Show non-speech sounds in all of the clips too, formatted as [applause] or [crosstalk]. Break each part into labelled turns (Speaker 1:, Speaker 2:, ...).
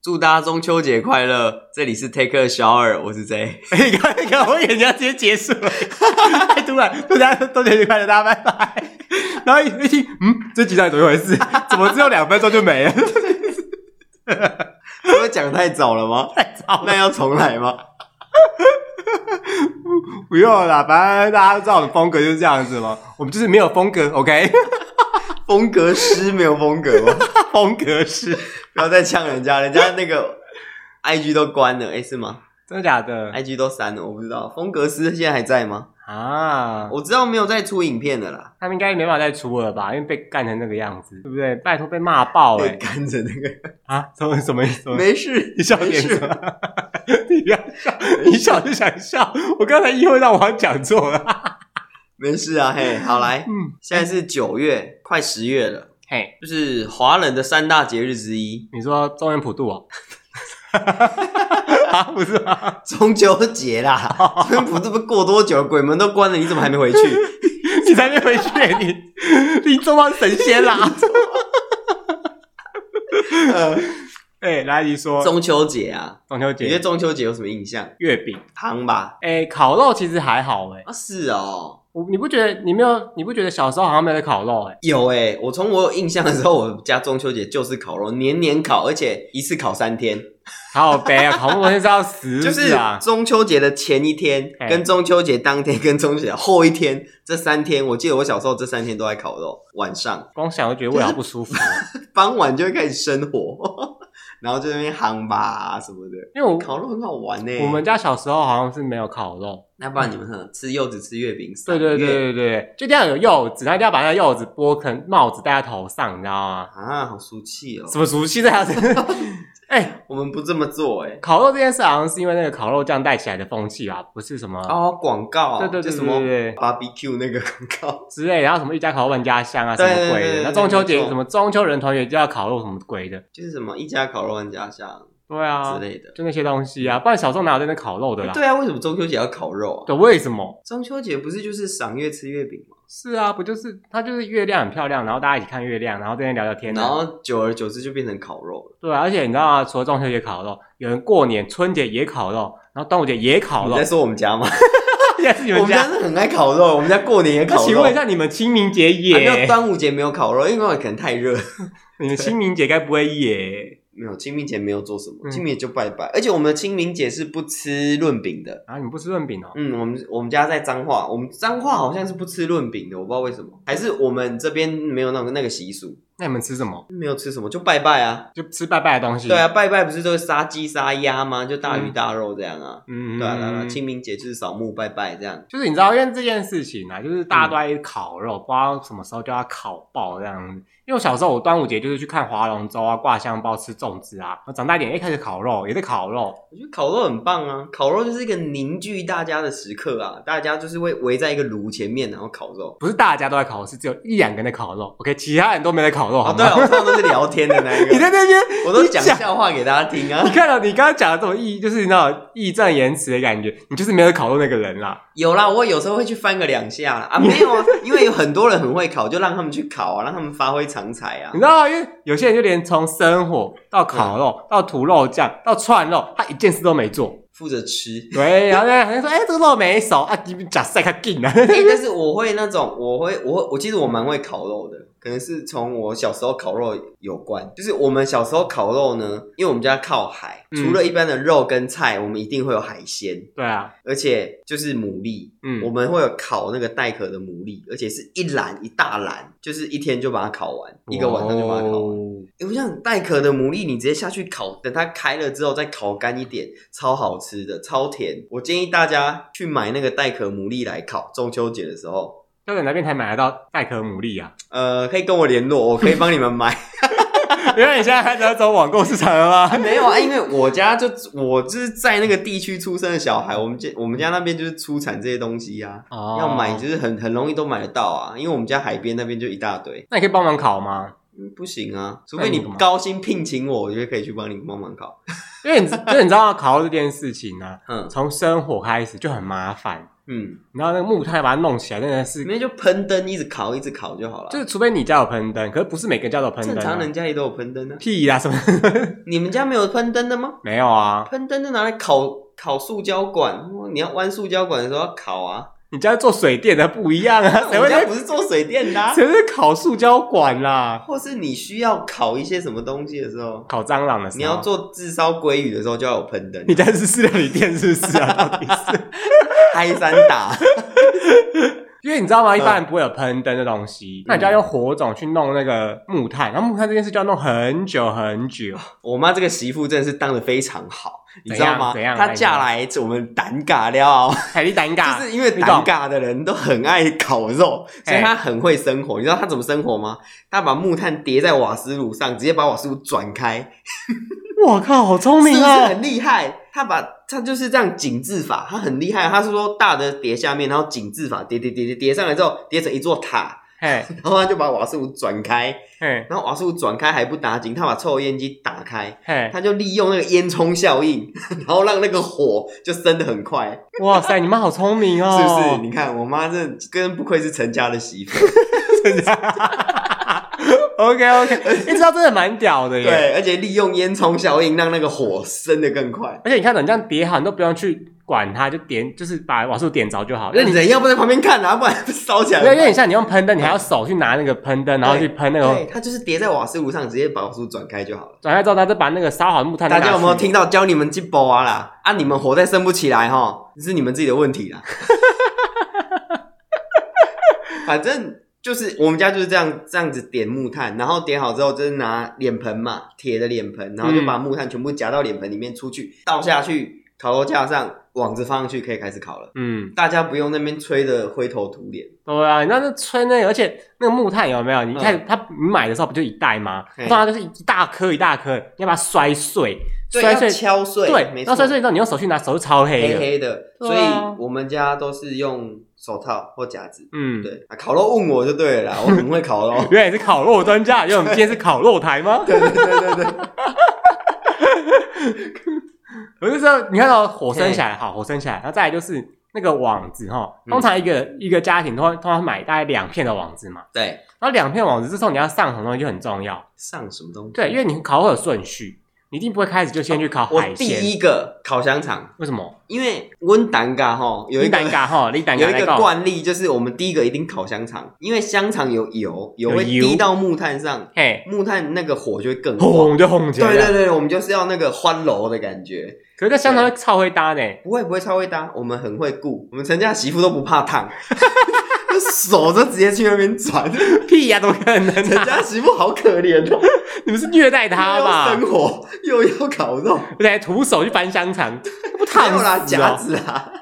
Speaker 1: 祝大家中秋节快乐！这里是 Take a Shower，我是 J。
Speaker 2: [laughs] 你看，你哎看，我眼睛要直接结束
Speaker 1: [laughs]
Speaker 2: 了，太突然！祝大家中秋节快乐，大家拜
Speaker 1: [laughs]
Speaker 2: 拜。然后一听，嗯，这集到底怎么回事？怎么只有两分钟就没了？
Speaker 1: 我讲太早了吗？
Speaker 2: 太早了
Speaker 1: 那，要重来吗？
Speaker 2: [laughs] 不用了啦，反正大家都知道我的风格就是这样子嘛。我们就是没有风格，OK？ [laughs]
Speaker 1: 风格师没有风格吗？
Speaker 2: 风格是
Speaker 1: 不要再呛人家，人家那个 IG 都关了，哎、是吗
Speaker 2: 真的假的
Speaker 1: ？IG 都删了，我不知道。风格师现在还在吗？
Speaker 2: 啊？
Speaker 1: 我知道没有再出影片的啦，
Speaker 2: 他们应该没办法再出了吧？因为被干成那个样子，对不对？拜托被骂爆哎、
Speaker 1: 被干着那个，
Speaker 2: 啊！什么什么意思？
Speaker 1: 没事，
Speaker 2: 你笑
Speaker 1: 没
Speaker 2: 点什
Speaker 1: 事，
Speaker 2: 么？ [laughs] 你不要笑，你笑就想笑。我刚才意会到我好像讲错了。
Speaker 1: 没事啊，嘿，好来，
Speaker 2: 嗯，
Speaker 1: 现在是九月，快十月了，
Speaker 2: 嘿，
Speaker 1: 就是华人的三大节日之一
Speaker 2: 你说中原普渡哦？啊，不是吗？
Speaker 1: —— [laughs] 中秋节 [laughs] 啦。这不这不过多久，鬼门都关了，你怎么还没 [laughs] 回去？
Speaker 2: 你才没回去，你 [laughs] 你做到神仙啦！
Speaker 1: 呃
Speaker 2: [laughs] 哎、来，你说中
Speaker 1: 中秋节啊，
Speaker 2: 中秋
Speaker 1: 你对
Speaker 2: 节
Speaker 1: 中秋节有什么印象？
Speaker 2: 月饼，
Speaker 1: 汤吧？
Speaker 2: 哎、烤肉其实还好哎、
Speaker 1: 啊，是哦。
Speaker 2: 我你不觉得你没有你不觉得小时候好像没有在烤肉哎、
Speaker 1: 有诶、我从我有印象的时候，我家中秋节就是烤肉，年年烤，而且一次烤三天，
Speaker 2: 好悲啊，烤肉现在要
Speaker 1: [laughs]
Speaker 2: 死
Speaker 1: 就
Speaker 2: 日
Speaker 1: 是哎
Speaker 2: 啊！
Speaker 1: 中秋节的前一天、
Speaker 2: 嘿
Speaker 1: 跟中秋节当天、跟中秋节后一天这三天，我记得我小时候这三天都在烤肉，晚上
Speaker 2: 光想就觉得胃好不舒服，啊
Speaker 1: 傍晚就会开始生火， [laughs] 然后就在那边夯吧、啊、什么的，
Speaker 2: 因为
Speaker 1: [laughs]
Speaker 2: 我
Speaker 1: 烤肉很好玩呢、欸
Speaker 2: 我们家小时候好像是没有烤肉，
Speaker 1: 那不然你们呢吃柚子吃月饼，
Speaker 2: 对对
Speaker 1: 赏月
Speaker 2: 对对对，就一定要有柚子，然后一定要把那个柚子剥成帽子戴在头上，你知道吗？
Speaker 1: 啊，好俗气哦
Speaker 2: 什。么熟悉这样子？ [laughs] 哎、
Speaker 1: 我们不这么做哎、
Speaker 2: 烤肉这件事好像是因为那个烤肉酱带起来的风气吧，不是什么
Speaker 1: 哦，广告
Speaker 2: 啊对对对
Speaker 1: 就什
Speaker 2: 对
Speaker 1: 么
Speaker 2: 对对
Speaker 1: barbecue 那个广告， [laughs]
Speaker 2: 之类，然后什么一家烤肉万家香啊什
Speaker 1: 对
Speaker 2: 么鬼
Speaker 1: 对对
Speaker 2: 的，
Speaker 1: 对
Speaker 2: 那中秋
Speaker 1: 没
Speaker 2: 节
Speaker 1: 错
Speaker 2: 什么中秋人团圆就要烤肉什么鬼的，
Speaker 1: 就是什么一家烤肉万家香
Speaker 2: 对
Speaker 1: 之
Speaker 2: 啊，
Speaker 1: 类的。
Speaker 2: 就那些东西啊，不然小时候哪有在那烤肉的啦？
Speaker 1: 对啊，为什么中秋节要烤肉啊？
Speaker 2: 对，为什么？
Speaker 1: 中秋节不是就是赏月吃月饼吗？
Speaker 2: 是啊，不就是它就是月亮很漂亮，然后大家一起看月亮，然后在那边聊聊天啊、
Speaker 1: 然后久而久之就变成烤肉了。
Speaker 2: 对啊，而且你知道吗？除了中秋节烤肉，有人过年春节也烤肉，然后端午节也烤
Speaker 1: 你
Speaker 2: 肉
Speaker 1: 在，说我们家吗？
Speaker 2: 也 [laughs] 是你
Speaker 1: 我们
Speaker 2: 们
Speaker 1: 家
Speaker 2: 家。
Speaker 1: 是很爱烤肉，我们家过年也
Speaker 2: 那
Speaker 1: 烤肉。
Speaker 2: 请问一下，你们清明节
Speaker 1: 啊，没有
Speaker 2: 也？
Speaker 1: 端午节没有烤肉，因为可能太热。
Speaker 2: 你们清明节该不会也？
Speaker 1: 没有清明节没有做什么，
Speaker 2: 嗯
Speaker 1: 清明节就拜拜。而且我们的清明节是不吃润饼的。
Speaker 2: 啊，你们不吃润饼哦？
Speaker 1: 嗯，我们我们家在彰化，我们彰化好像是不吃润饼的，我不知道为什么，还是我们这边没有那个那个习俗，
Speaker 2: 那你们吃什么？
Speaker 1: 没有吃什么就拜拜啊。
Speaker 2: 就吃拜拜的东西。
Speaker 1: 对啊，，拜拜不是都是杀鸡杀鸭吗？就大鱼大肉这样啊。
Speaker 2: 嗯，
Speaker 1: 对啊，对啊对啊
Speaker 2: 嗯
Speaker 1: 清明节就是扫墓拜拜这样。
Speaker 2: 就是你知道，因为这件事情啊，就是大家都在烤肉，不知道什么时候就要烤爆这样子。因为我小时候，我端午节就是去看划龙舟啊、挂香包、吃粽子啊。我长大一点，哎，开始烤肉，也是烤肉。
Speaker 1: 我觉得烤肉很棒啊，烤肉就是一个凝聚大家的时刻啊，大家就是会围在一个炉前面，然后烤肉。
Speaker 2: 不是大家都在烤肉，是只有一两个人在烤肉。OK，其他人都没在烤肉，好
Speaker 1: 哦，
Speaker 2: 吗？
Speaker 1: 对啊，我通常都是聊天的那一
Speaker 2: [laughs] 你
Speaker 1: 个，
Speaker 2: 在那边，
Speaker 1: 我都讲
Speaker 2: 你讲
Speaker 1: 笑话给大家听啊
Speaker 2: 你。看到你刚刚讲的这种义，就是你知道义正言辞的感觉，你就是没有烤肉那个人
Speaker 1: [laughs]
Speaker 2: 啦。
Speaker 1: 有啦，我有时候会去翻个两下啦。啊，没有啊，因为有很多人很会烤，就让他们去烤啊，让他们发挥长才啊
Speaker 2: 你。知道，因为有些人就连从生火到烤
Speaker 1: 嗯
Speaker 2: 肉、到涂肉酱到串肉，他一件事都没做。
Speaker 1: 负责吃。[laughs]
Speaker 2: [laughs] 对，然后呢，好像说，哎、这个肉没熟啊，你们假赛卡劲啊。 [laughs]
Speaker 1: 欸但是我会那种，我会，我会我其实我蛮会烤肉的，可能是从我小时候烤肉有关。就是我们小时候烤肉呢，因为我们家靠海，
Speaker 2: 嗯
Speaker 1: 除了一般的肉跟菜，我们一定会有海鲜，
Speaker 2: 对啊，
Speaker 1: 而且就是牡蛎，
Speaker 2: 嗯，
Speaker 1: 我们会有烤那个带壳的牡蛎，而且是一篮一大篮，就是一天就把它烤完，一个晚上就把它烤 [laughs] 完。
Speaker 2: 哦
Speaker 1: 欸我想带壳的牡蛎，你直接下去烤，等它开了之后再烤干一点，超好吃的，超甜。我建议大家去买那个带壳牡蛎来烤，中秋节的时候，
Speaker 2: 要在哪边才买得到带壳牡蛎啊？
Speaker 1: 呃，可以跟我联络，我可以帮你们
Speaker 2: [laughs]
Speaker 1: 买。
Speaker 2: 原来你现在开始要走网购市场了吗？
Speaker 1: [laughs] 没有啊，因为我家就我就是在那个地区出生的小孩，我们家我们家那边就是出产这些东西啊，
Speaker 2: 哦
Speaker 1: 要买就是很很容易都买得到啊，因为我们家海边那边就一大堆。
Speaker 2: 那你可以帮忙烤吗？
Speaker 1: 嗯不行啊，除
Speaker 2: 那
Speaker 1: 非
Speaker 2: 你
Speaker 1: 你
Speaker 2: 干嘛
Speaker 1: 高薪聘请我，我就可以去帮你帮忙烤。
Speaker 2: 因为你，因为你知道烤肉这件事情呢、啊
Speaker 1: 嗯，
Speaker 2: 从生火开始就很麻烦，
Speaker 1: 嗯，
Speaker 2: 然后那个木炭把它弄起来，真的是
Speaker 1: 里面就喷灯一直烤一直烤就好了。
Speaker 2: 就是除非你家有喷灯，可是不是每个人家都有喷灯、
Speaker 1: 啊正
Speaker 2: 啊，
Speaker 1: 常人家里都有喷灯啊，
Speaker 2: 屁啦什么 [laughs]
Speaker 1: 你们家没有喷灯的吗？
Speaker 2: 没有啊？
Speaker 1: 喷灯就拿来烤烤塑胶管，你要弯塑胶管的时候要烤啊。
Speaker 2: 你家做水电的不一样啊，
Speaker 1: [laughs]
Speaker 2: 谁
Speaker 1: 我
Speaker 2: 会
Speaker 1: 们
Speaker 2: 在
Speaker 1: 家不是做水电的、啊，
Speaker 2: 谁会烤塑胶管 [laughs] 啦？
Speaker 1: 或是你需要烤一些什么东西的时候，
Speaker 2: 烤蟑螂的时候，
Speaker 1: 你要做炙烧鲑鱼的时候就要有喷灯。
Speaker 2: 你家是饲料理店是不是啊？
Speaker 1: [laughs]
Speaker 2: 到底是？
Speaker 1: 开山打， [laughs]
Speaker 2: 因为你知道
Speaker 1: 嗯
Speaker 2: 吗？一般人不会有喷灯的东西，那你就要用火种去弄那个木炭，然后木炭这件事就要弄很久
Speaker 1: [laughs]
Speaker 2: 很久。
Speaker 1: 我妈这个媳妇真的是当的非常好，你知道吗？
Speaker 2: 怎样怎
Speaker 1: 她
Speaker 2: 样
Speaker 1: 嫁来我们胆嘎料，
Speaker 2: 海力胆
Speaker 1: 就
Speaker 2: 尬，
Speaker 1: 是因为胆嘎的人都很爱烤肉，所以
Speaker 2: 哎
Speaker 1: 她很会生火。你知道她怎么生火吗？她把木炭叠在瓦斯炉上，直接把瓦斯炉转开，
Speaker 2: 我靠，好聪
Speaker 1: 是
Speaker 2: 明
Speaker 1: 不是
Speaker 2: 哦！
Speaker 1: 很厉害？他把他就是这样紧致法，他很厉害。啊他是说大的叠下面，然后紧致法叠叠叠叠叠上来之后，叠成一座塔， [laughs]
Speaker 2: 嘿，
Speaker 1: 然后他就把瓦斯炉转开，
Speaker 2: 嘿，
Speaker 1: 然后瓦斯炉转开还不打紧，他把抽油烟机打开，
Speaker 2: 嘿，
Speaker 1: 他就利用那个烟囱效应， [laughs] 然后让那个火就升得很快，
Speaker 2: 哇塞，你们好聪明
Speaker 1: [laughs] 是
Speaker 2: 哦！
Speaker 1: 不是？你看我妈这跟不愧是陈家的媳妇，
Speaker 2: OK
Speaker 1: [laughs]
Speaker 2: OK，你知道哎真的蛮屌的耶。
Speaker 1: 对，而且利用烟囱效应让那个火升得更快。
Speaker 2: 而且你看，你这样叠好，你都不用去管它，就点就是把瓦数点着就好。
Speaker 1: 那
Speaker 2: 因为
Speaker 1: 你
Speaker 2: 你
Speaker 1: 人要不在旁边看啊，不然 [laughs] 烧起来
Speaker 2: 因
Speaker 1: 了。
Speaker 2: 为因为你像你用喷灯，你还要手去拿那个喷灯，然后去喷那
Speaker 1: 对，
Speaker 2: 个，
Speaker 1: 它就是叠在瓦斯炉上，直接把瓦斯炉转开就好了。
Speaker 2: 转开之后，它就把那个烧好的木炭。
Speaker 1: 大家有没有？听到教你们进步啊啦？啊，你们火再升不起来哈，是你们自己的问题 [laughs] 啦。反正就是我们家就是这样这样子点木炭，然后点好之后就是拿脸盆嘛，铁的脸盆，然后就把木炭全部夹到脸盆里面出去，倒下去烤肉架上，网子放上去可以开始烤了。
Speaker 2: 嗯，
Speaker 1: 大家不用那边吹的灰头土脸，
Speaker 2: 对啊，你那是吹那个，而且那个木炭有没有？
Speaker 1: 嗯
Speaker 2: 你看它你买的时候不就一袋吗？
Speaker 1: 嘿
Speaker 2: 通常就是一大颗一大颗，你要把它摔碎，
Speaker 1: 对，
Speaker 2: 摔
Speaker 1: 要
Speaker 2: 碎，
Speaker 1: 敲碎，
Speaker 2: 对，
Speaker 1: 没
Speaker 2: 然
Speaker 1: 错，
Speaker 2: 后摔碎之后你用手去拿，手是超黑
Speaker 1: 黑
Speaker 2: 的。
Speaker 1: 黑的，
Speaker 2: 对
Speaker 1: 所以
Speaker 2: 啊
Speaker 1: 我们家都是用手套或夹子。
Speaker 2: 嗯，。
Speaker 1: 对啊，烤肉问我就对了啦，我很会烤肉
Speaker 2: [laughs] 原来你是烤肉专家，因为我们今天是烤肉台吗？
Speaker 1: 对对对对对，
Speaker 2: 我就知道，你看到火升起来，好，火升起来，然后再来就是那个网子哈，
Speaker 1: 嗯
Speaker 2: 通常一个、一个家庭通常通常买大概两片的网子嘛，
Speaker 1: 对
Speaker 2: 然后两片网子，这时候你要上什么东西就很重要，
Speaker 1: 上什么东西？
Speaker 2: 对，因为你烤会有顺序，你一定不会开始就先去烤
Speaker 1: 哦我
Speaker 2: 海
Speaker 1: 第
Speaker 2: 鲜，
Speaker 1: 一个烤香肠，
Speaker 2: 为什么？
Speaker 1: 因为温蛋嘎哈有
Speaker 2: 你
Speaker 1: 一个
Speaker 2: 胆
Speaker 1: [laughs]
Speaker 2: 敢哈，你胆
Speaker 1: 有
Speaker 2: 敢
Speaker 1: 一
Speaker 2: 来
Speaker 1: 个
Speaker 2: 告，
Speaker 1: 惯例，就是我们第一个一定烤香肠，因为香肠有油，油
Speaker 2: 有
Speaker 1: 会
Speaker 2: 油
Speaker 1: 滴到木炭上，
Speaker 2: 嘿，
Speaker 1: 木炭那个火就会更旺。
Speaker 2: 轰就轰起来
Speaker 1: 对
Speaker 2: 了。
Speaker 1: 对对，我们就是要那个欢楼的感觉，
Speaker 2: 可是这香肠会超会搭呢，
Speaker 1: 不会不会超会搭，我们很会顾，我们陈家媳妇都不怕烫， [laughs] 就手就直接去那边转，
Speaker 2: 屁呀、怎么可能、
Speaker 1: 陈
Speaker 2: 啊？
Speaker 1: 家媳妇好可怜哦。
Speaker 2: 你们是虐待 [laughs] 他
Speaker 1: 又要
Speaker 2: 吧？
Speaker 1: 生活又要烤肉，
Speaker 2: 我来徒手去搬香肠，不
Speaker 1: [laughs] 没
Speaker 2: 烫
Speaker 1: 有啦，
Speaker 2: 死
Speaker 1: 夹
Speaker 2: 哦。
Speaker 1: 子啦，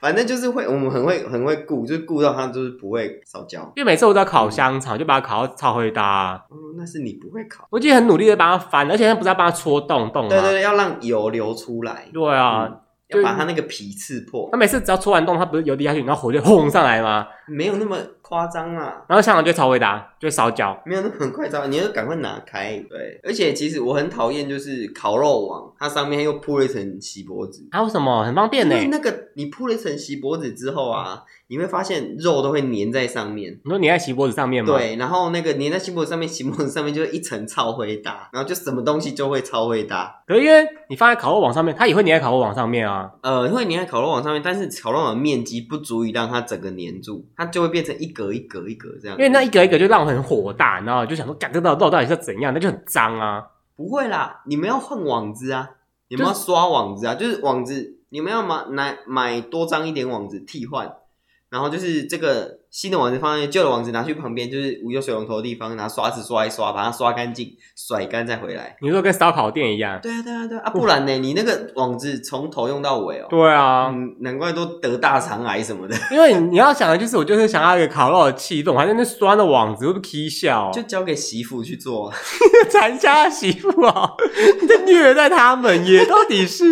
Speaker 1: 反正就是会，我们很会很会顾，就是顾到它就是不会烧焦。
Speaker 2: 因为每次我都要烤香肠，就把它烤到超会搭啊、
Speaker 1: 哦，那是你不会烤。
Speaker 2: 我记得很努力的帮他翻，而且他不是要帮他戳洞洞吗？
Speaker 1: 对对对，要让油流出来，
Speaker 2: 对嗯啊，
Speaker 1: 嗯
Speaker 2: 对
Speaker 1: 要把它那个皮刺破
Speaker 2: 他，每次只要戳完洞，他不是油滴下去，然后火就轰上来吗？
Speaker 1: 没有那么夸张啦。
Speaker 2: 然后香肠就会超会打，就会烧焦。
Speaker 1: 没有那么很快张，你就赶快拿开。对，而且其实我很讨厌就是烤肉网，它上面又铺了一层锡箔纸。
Speaker 2: 还有啊什么很方便
Speaker 1: 因
Speaker 2: 呢？
Speaker 1: 为那个你铺了一层锡箔纸之后啊，你会发现肉都会粘在上面。
Speaker 2: 你说粘在锡箔纸上面吗？，
Speaker 1: 对，然后那个粘在锡箔纸上面， [laughs] 锡箔纸上面就是一层超灰搭，然后就什么东西就会超灰搭。
Speaker 2: 可是因为你放在烤肉网上面，它也会粘在烤肉网上面啊。
Speaker 1: 呃，因为粘在烤肉网上面，但是烤肉网的面积不足以让它整个粘住，它就会变成一格一格一格这样。
Speaker 2: 因为那一个一个就让我很火大，然后就想说，干这道肉到底是怎样？那就很脏啊。
Speaker 1: 不会啦，你们要换网子啊，你们要刷网子啊，就是网子，你们要买买买多张一点网子替换，然后就是这个新的网子放在旧的网子拿去旁边，就是无忧水龙头的地方，拿刷子刷一刷，把它刷干净，甩干再回来。
Speaker 2: 你说跟烧烤店一样？
Speaker 1: 对啊，对啊，对啊，啊不然呢？你那个网子从头用到尾哦、
Speaker 2: 对啊，
Speaker 1: 嗯，难怪都得大肠癌什么的，
Speaker 2: 因为你要想的就是，我就是想要一个烤肉的气氛，我还在那酸的网子，会不会踢笑？
Speaker 1: 就交给媳妇去做啊。 [laughs]
Speaker 2: [laughs] 残家媳妇啊， [laughs] 你在虐待他们耶？到底是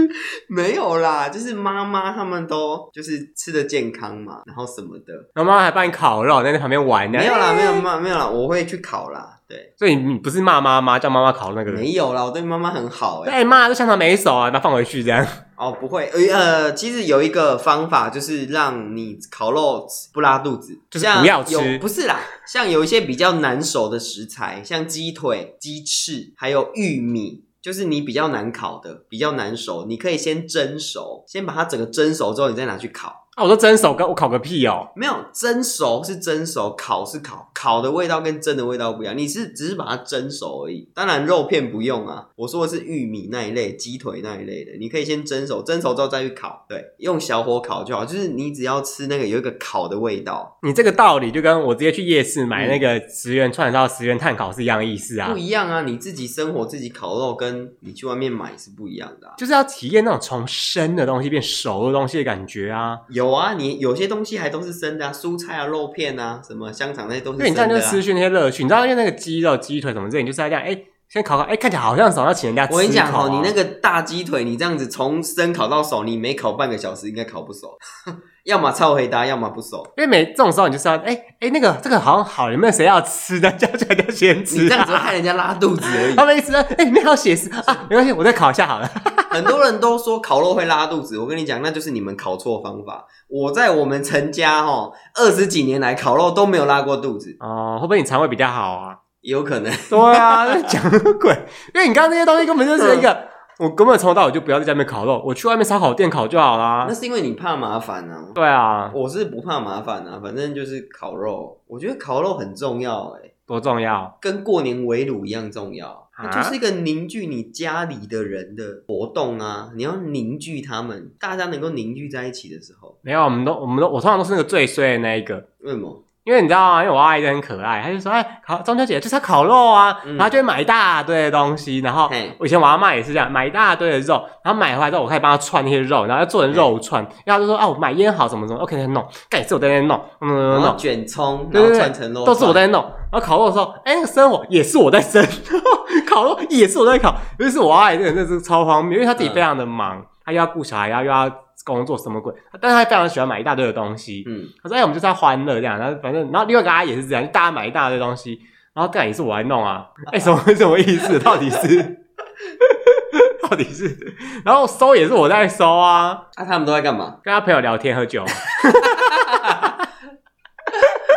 Speaker 1: 没有啦，就是妈妈他们都就是吃的健康嘛，然后什么的。
Speaker 2: 然后妈妈还帮你烤肉，在那旁边玩呢？
Speaker 1: 没有啦，没有妈，没有啦，我会去烤啦。对，
Speaker 2: 所以你不是骂妈妈，叫妈妈烤那个人？
Speaker 1: 没有啦，我对妈妈很好哎、
Speaker 2: 哎妈，这香肠没熟啊，把它放回去这样。 [laughs]
Speaker 1: 哦，不会，呃呃，其实有一个方法就是让你烤肉不拉肚子，
Speaker 2: 就是
Speaker 1: 像
Speaker 2: 不要吃
Speaker 1: 有不是啦，像有一些比较难熟的食材，像鸡腿、鸡翅，还有玉米。就是你比较难烤的，比较难熟，你可以先蒸熟，先把它整个蒸熟之后，你再拿去烤。
Speaker 2: 啊，我说蒸手跟我烤个屁哦，
Speaker 1: 没有蒸熟是蒸熟，烤是烤，烤的味道跟蒸的味道不一样。你是只是把它蒸熟而已，当然肉片不用啊。我说的是玉米那一类、鸡腿那一类的，你可以先蒸熟，蒸熟之后再去烤。对，用小火烤就好，就是你只要吃那个有一个烤的味道，
Speaker 2: 你这个道理就跟我直接去夜市买那个十元串烧、十元炭烤是一样的意思啊
Speaker 1: 不，一样啊。你自己生火自己烤肉，跟你去外面买是不一样的啊、
Speaker 2: 就是要体验那种从生的东西变熟的东西的感觉啊。
Speaker 1: 有啊，你有些东西还都是生的啊，蔬菜啊、肉片啊、什么香肠那些都是
Speaker 2: 因为
Speaker 1: 生
Speaker 2: 你
Speaker 1: 的、
Speaker 2: 这
Speaker 1: 啊。
Speaker 2: 样就失去那些乐趣，你知道，因为那个鸡肉、鸡腿什么之类，你就是要这样，哎、先烤烤，哎、看起来好像手要请人家吃、
Speaker 1: 我跟你讲
Speaker 2: 哦
Speaker 1: 哦，，你那个大鸡腿，你这样子从生烤到熟，你每烤半个小时，应该烤不熟， [laughs] 要么超黑搭，要么不熟。
Speaker 2: 因为每这种时候你就是要，哎、哎、那个这个好像好，有没有谁要吃的？叫叫人家先
Speaker 1: 你
Speaker 2: 吃、
Speaker 1: 这样
Speaker 2: 啊
Speaker 1: 只会。害人家拉肚子而
Speaker 2: [laughs]
Speaker 1: 已
Speaker 2: 他。们一吃到，哎、没有写实啊，没关系，我再烤一下好了。
Speaker 1: 很多人都说烤肉会拉肚子，我跟你讲，那就是你们烤错方法。我在我们陈家哦，二十几年来烤肉都没有拉过肚子，
Speaker 2: 哦，会不会你肠胃比较好啊？
Speaker 1: 有可能。
Speaker 2: 对啊，在讲什么鬼？因为你刚刚那些东西根本就是一个，我根本从头到尾就不要在家里面烤肉，我去外面烧烤店烤就好啦
Speaker 1: 那。是因为你怕麻烦啊。
Speaker 2: 对啊，
Speaker 1: 我是不怕麻烦啊，反正就是烤肉，我觉得烤肉很重要哎、
Speaker 2: 多重要！
Speaker 1: 跟过年围炉一样重要，
Speaker 2: 啊
Speaker 1: 它就是一个凝聚你家里的人的活动啊！你要凝聚他们，大家能够凝聚在一起的时候，
Speaker 2: 没有，我们都我们都我通常都是那个最衰的那一个，
Speaker 1: 为什么？
Speaker 2: 因为你知道啊，因为我阿姨就很可爱，她就说：“哎，烤中秋节就是要烤肉啊，
Speaker 1: 嗯
Speaker 2: 然后就会买一大堆的东西。然后
Speaker 1: 嘿
Speaker 2: 我以前我阿妈也是这样，买一大堆的肉，然后买回来之后，我开始帮她串那些肉，然后要做成肉串。然后她就说：‘啊，我买腌好什么什么，OK，再弄。’干也是我在那边弄，弄弄弄
Speaker 1: 然后
Speaker 2: 弄，
Speaker 1: 卷葱，然
Speaker 2: 对对
Speaker 1: 后
Speaker 2: 对
Speaker 1: 串成肉，
Speaker 2: 都是我。在弄。然后烤肉的时候，哎，那个生火也是我在生， [laughs] 烤肉也是我在烤。尤其是我阿姨这个人，真的是超荒谬，因为她自己非常的忙，她又要顾小孩，然后又要工作，什么鬼？但是她非常喜欢买一大堆的东西。
Speaker 1: 嗯，
Speaker 2: 他说：“哎、我们就是要欢乐这样。”然后反正，然后另外一个阿姨也是这样，大家买一大堆东西，然后干也是我来弄啊。哎、什么 [laughs] 什么意思？到底是 [laughs] 到底是？然后收也是我在收啊，
Speaker 1: 啊，他们都在干嘛？
Speaker 2: 跟他朋友聊天喝酒， [laughs]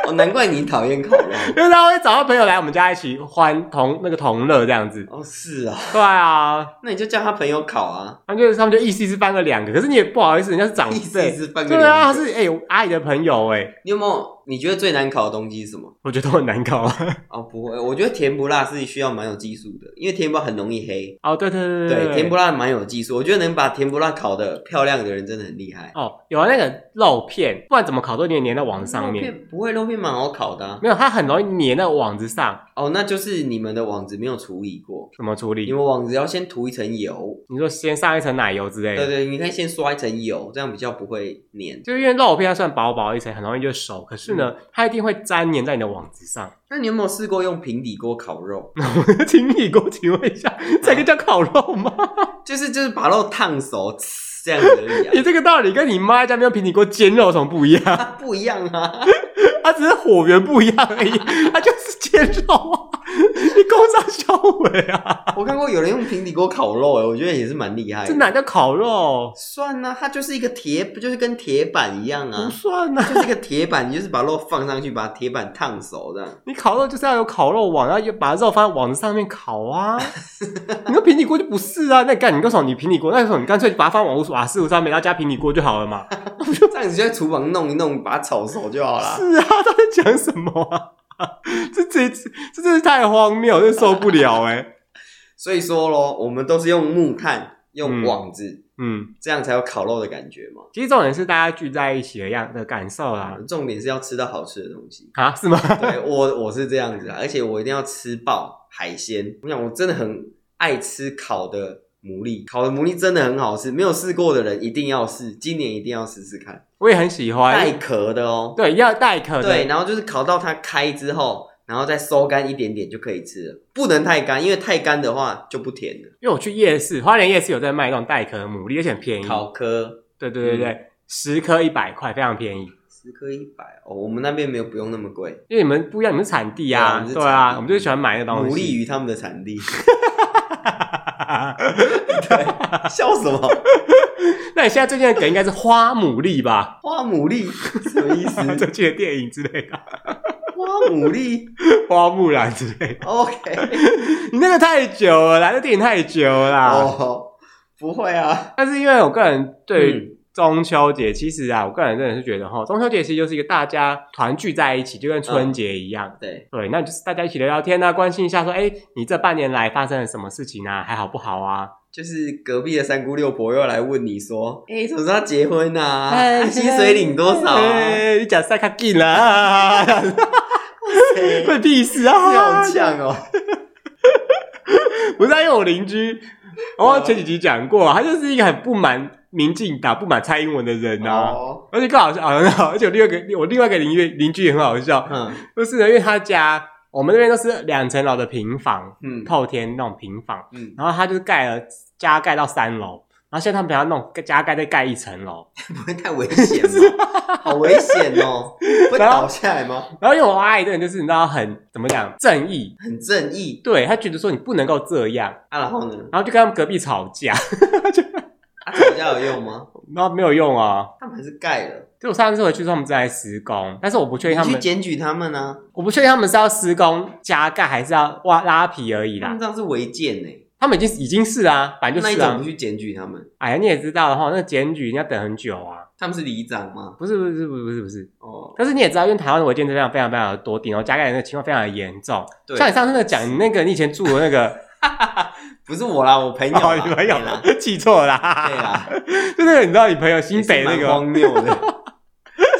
Speaker 1: 哦，难怪你讨厌烤肉。
Speaker 2: 因为他会找他朋友来我们家一起欢同那个同乐这样子。
Speaker 1: 哦，是啊，
Speaker 2: 对啊，
Speaker 1: 那你就叫他朋友烤啊，
Speaker 2: 他们就他们就意思是翻个两个，可是你也不好意思，人家是长
Speaker 1: 意思
Speaker 2: 辈，
Speaker 1: 是半个
Speaker 2: 哦对啊，
Speaker 1: 两
Speaker 2: 他
Speaker 1: 个。
Speaker 2: 是哎、我阿姨的朋友哎、
Speaker 1: 你有没有？你觉得最难烤的东西是什么？
Speaker 2: 我觉得我很难搞。啊
Speaker 1: 哦，不会，我觉得甜不辣是需要蛮有技术的，因为甜不辣很容易黑。
Speaker 2: 哦，对对对
Speaker 1: 对，甜不辣蛮有技术，我觉得能把甜不辣烤的漂亮的人真的很厉害。
Speaker 2: 哦，有啊那个肉片，不然怎么烤都粘粘到网上面
Speaker 1: 肉。片不会，肉片蛮好烤的、啊。
Speaker 2: 没有，它很容易粘在网子上，
Speaker 1: 哦，那就是你们的网子没有处理过，
Speaker 2: 怎么处理
Speaker 1: 你？们网子要先涂一层油。
Speaker 2: 你说先上一层奶油之类
Speaker 1: 对
Speaker 2: 的，
Speaker 1: 对，你可以先刷一层油，这样比较不会粘。
Speaker 2: 就是因为肉片它算薄薄一层，很容易就熟，可是
Speaker 1: 嗯
Speaker 2: 呢，它一定会粘粘在你的网子上。 [laughs]
Speaker 1: 那你有没有试过用平底锅烤肉？
Speaker 2: 请你给我请问一下，
Speaker 1: 啊
Speaker 2: 这个叫烤肉吗？
Speaker 1: 就是就是把肉烫熟，呲这样子而已
Speaker 2: 你
Speaker 1: 啊。 [laughs]
Speaker 2: 这个道理跟你妈在家没有平底锅煎肉有什么不一样？ [laughs]
Speaker 1: 它不一样啊，
Speaker 2: 它只是火源不一样
Speaker 1: [laughs]
Speaker 2: 而已，它就是煎肉啊！你工商小伟啊，
Speaker 1: 我看过有人用平底锅烤肉、欸，我觉得也是蛮厉害
Speaker 2: 这
Speaker 1: 的。
Speaker 2: 哪叫烤肉？
Speaker 1: 算啊，它就是一个铁，不就是跟铁板一样
Speaker 2: 不
Speaker 1: 啊？
Speaker 2: 算啊！
Speaker 1: 就是一个铁板，你就是把肉放上去，把铁板烫熟这样。
Speaker 2: 你烤肉就是要有烤肉网，然后把肉放在网子上面烤啊。 [laughs] 你说平底锅就不是啊，那干你为什么你平底锅？那时候你干脆把它放网屋瓦斯炉上面，然后加平底锅就好了嘛。
Speaker 1: 这样子就在厨房弄一弄，把它炒熟就好
Speaker 2: [laughs]
Speaker 1: 啦。
Speaker 2: 是啊，他在讲什么啊？ [laughs] 这这这真是太荒谬，真受不了哎、
Speaker 1: 所以说咯，我们都是用木炭、用网子，
Speaker 2: 嗯，
Speaker 1: 这样才有烤肉的感觉嘛。
Speaker 2: 其实重点是大家聚在一起的样的感受啦。。
Speaker 1: 重点是要吃到好吃的东西
Speaker 2: [laughs] 啊，是吗？
Speaker 1: 对我我是这样子啊，而且我一定要吃爆海鲜。我想我真的很爱吃烤的牡蛎，烤的牡蛎真的很好吃，没有试过的人一定要试，今年一定要试试看，
Speaker 2: 我也很喜
Speaker 1: 带
Speaker 2: 欢。
Speaker 1: 壳的哦。
Speaker 2: 对，要带壳
Speaker 1: 对，
Speaker 2: 的。
Speaker 1: 然后就是烤到它开之后，然后再收干一点点就可以吃了，不能太干，因为太干的话就不甜了。
Speaker 2: 因为我去夜市，花莲夜市有在卖那种带壳牡蛎，而且很便宜。
Speaker 1: 烤壳
Speaker 2: 对对对
Speaker 1: 嗯
Speaker 2: 对，十颗一百块，非常便宜。
Speaker 1: 十颗一百哦，我们那边没有不用那么贵。
Speaker 2: 因为你们不一样，你们是产地
Speaker 1: 对
Speaker 2: 啊，
Speaker 1: 我们是
Speaker 2: 对啊
Speaker 1: 产，地 [laughs]
Speaker 2: 我们就喜欢买那东
Speaker 1: 牡蛎
Speaker 2: 西。
Speaker 1: 鱼他们的产地，对，笑什么？
Speaker 2: [laughs] 那你现在最近的梗应该是花牡
Speaker 1: [laughs]
Speaker 2: 蛎吧？
Speaker 1: 花牡蛎什么意 [laughs] 思？
Speaker 2: 最近的电影之类的，
Speaker 1: 花牡蛎
Speaker 2: [laughs] 花木兰之类的。
Speaker 1: [laughs] ，OK，
Speaker 2: 你那个太久了啦，那电影太久了啦。
Speaker 1: 哦，不会啊，
Speaker 2: 但是因为我个人对于
Speaker 1: 嗯
Speaker 2: 中秋节，其实啊，我个人真的是觉得哈，中秋节其实就是一个大家团聚在一起，就跟春节一样。
Speaker 1: 对，
Speaker 2: 对，那就是大家一起聊聊天啊，关心一下说，哎，你这半年来发生了什么事情啊？还好不好啊？
Speaker 1: 就是隔壁的三姑六婆又来问你说，哎、什么时候结婚啊？
Speaker 2: [laughs] 哎
Speaker 1: 啊薪水领多少 [laughs] 啊？
Speaker 2: 哎你讲塞卡进啦，
Speaker 1: 哎
Speaker 2: [laughs] 会屁事啊！
Speaker 1: 你好呛哦，
Speaker 2: 不是啊，因为我邻居，我前几集讲过啊，他就是一个很不满民进党、不满蔡英文的人啊。
Speaker 1: 哦，
Speaker 2: 而且更好笑， [laughs] 啊很好，而且我另外一个我另外一个邻居邻居也很好笑，
Speaker 1: 嗯
Speaker 2: 就是啊呢，因为他家我们那边都是两层楼的平房，
Speaker 1: 嗯
Speaker 2: 透天那种平房，
Speaker 1: 嗯，
Speaker 2: 然后他就是盖了加盖到三楼，然后现在他们想要弄加盖再盖一层楼，
Speaker 1: 不会太危险吗？
Speaker 2: [laughs]
Speaker 1: 好危险哦，会倒下来吗？
Speaker 2: 然后因为我阿姨这个人就是你知道很怎么讲正义，
Speaker 1: 很正义
Speaker 2: 对他觉得说你不能够这样，
Speaker 1: 啊，然后呢？
Speaker 2: 然后就跟他们隔壁吵架， [laughs]
Speaker 1: 啊，吵架有用吗？
Speaker 2: 然后没有用啊。
Speaker 1: 他们还是盖了，
Speaker 2: 就我上次回去说他们正在施工，但是我不确定他
Speaker 1: 你去
Speaker 2: 们，
Speaker 1: 检举他们啊，
Speaker 2: 我不确定他们是要施工加盖还是要挖拉皮而已
Speaker 1: 他
Speaker 2: 啦
Speaker 1: 们。这样是违建呢、
Speaker 2: 他们已经已经是啊，反正
Speaker 1: 嗯那
Speaker 2: 就
Speaker 1: 你
Speaker 2: 是
Speaker 1: 怎么
Speaker 2: 啊
Speaker 1: 不。去检举他们？
Speaker 2: 哎呀，你也知道的话，那检举你要等很久啊。
Speaker 1: 他们是里长吗？
Speaker 2: 不是不是不是不是不是，
Speaker 1: 哦，
Speaker 2: 但是你也知道，因为台湾的违建非常非常非常的多，顶楼加盖的那个情况非常的严重。
Speaker 1: 对啊
Speaker 2: 像你上次那个讲，你那个你以前住的那
Speaker 1: [laughs]
Speaker 2: 个，
Speaker 1: 不是我啦，我朋友啦，
Speaker 2: 哦，你朋友
Speaker 1: 对啦，
Speaker 2: 记错了
Speaker 1: 对
Speaker 2: 啦，
Speaker 1: 啦，
Speaker 2: 就那个你知道你朋友新
Speaker 1: 也
Speaker 2: 北
Speaker 1: 是
Speaker 2: 那
Speaker 1: 蛮
Speaker 2: 个，
Speaker 1: 荒谬的。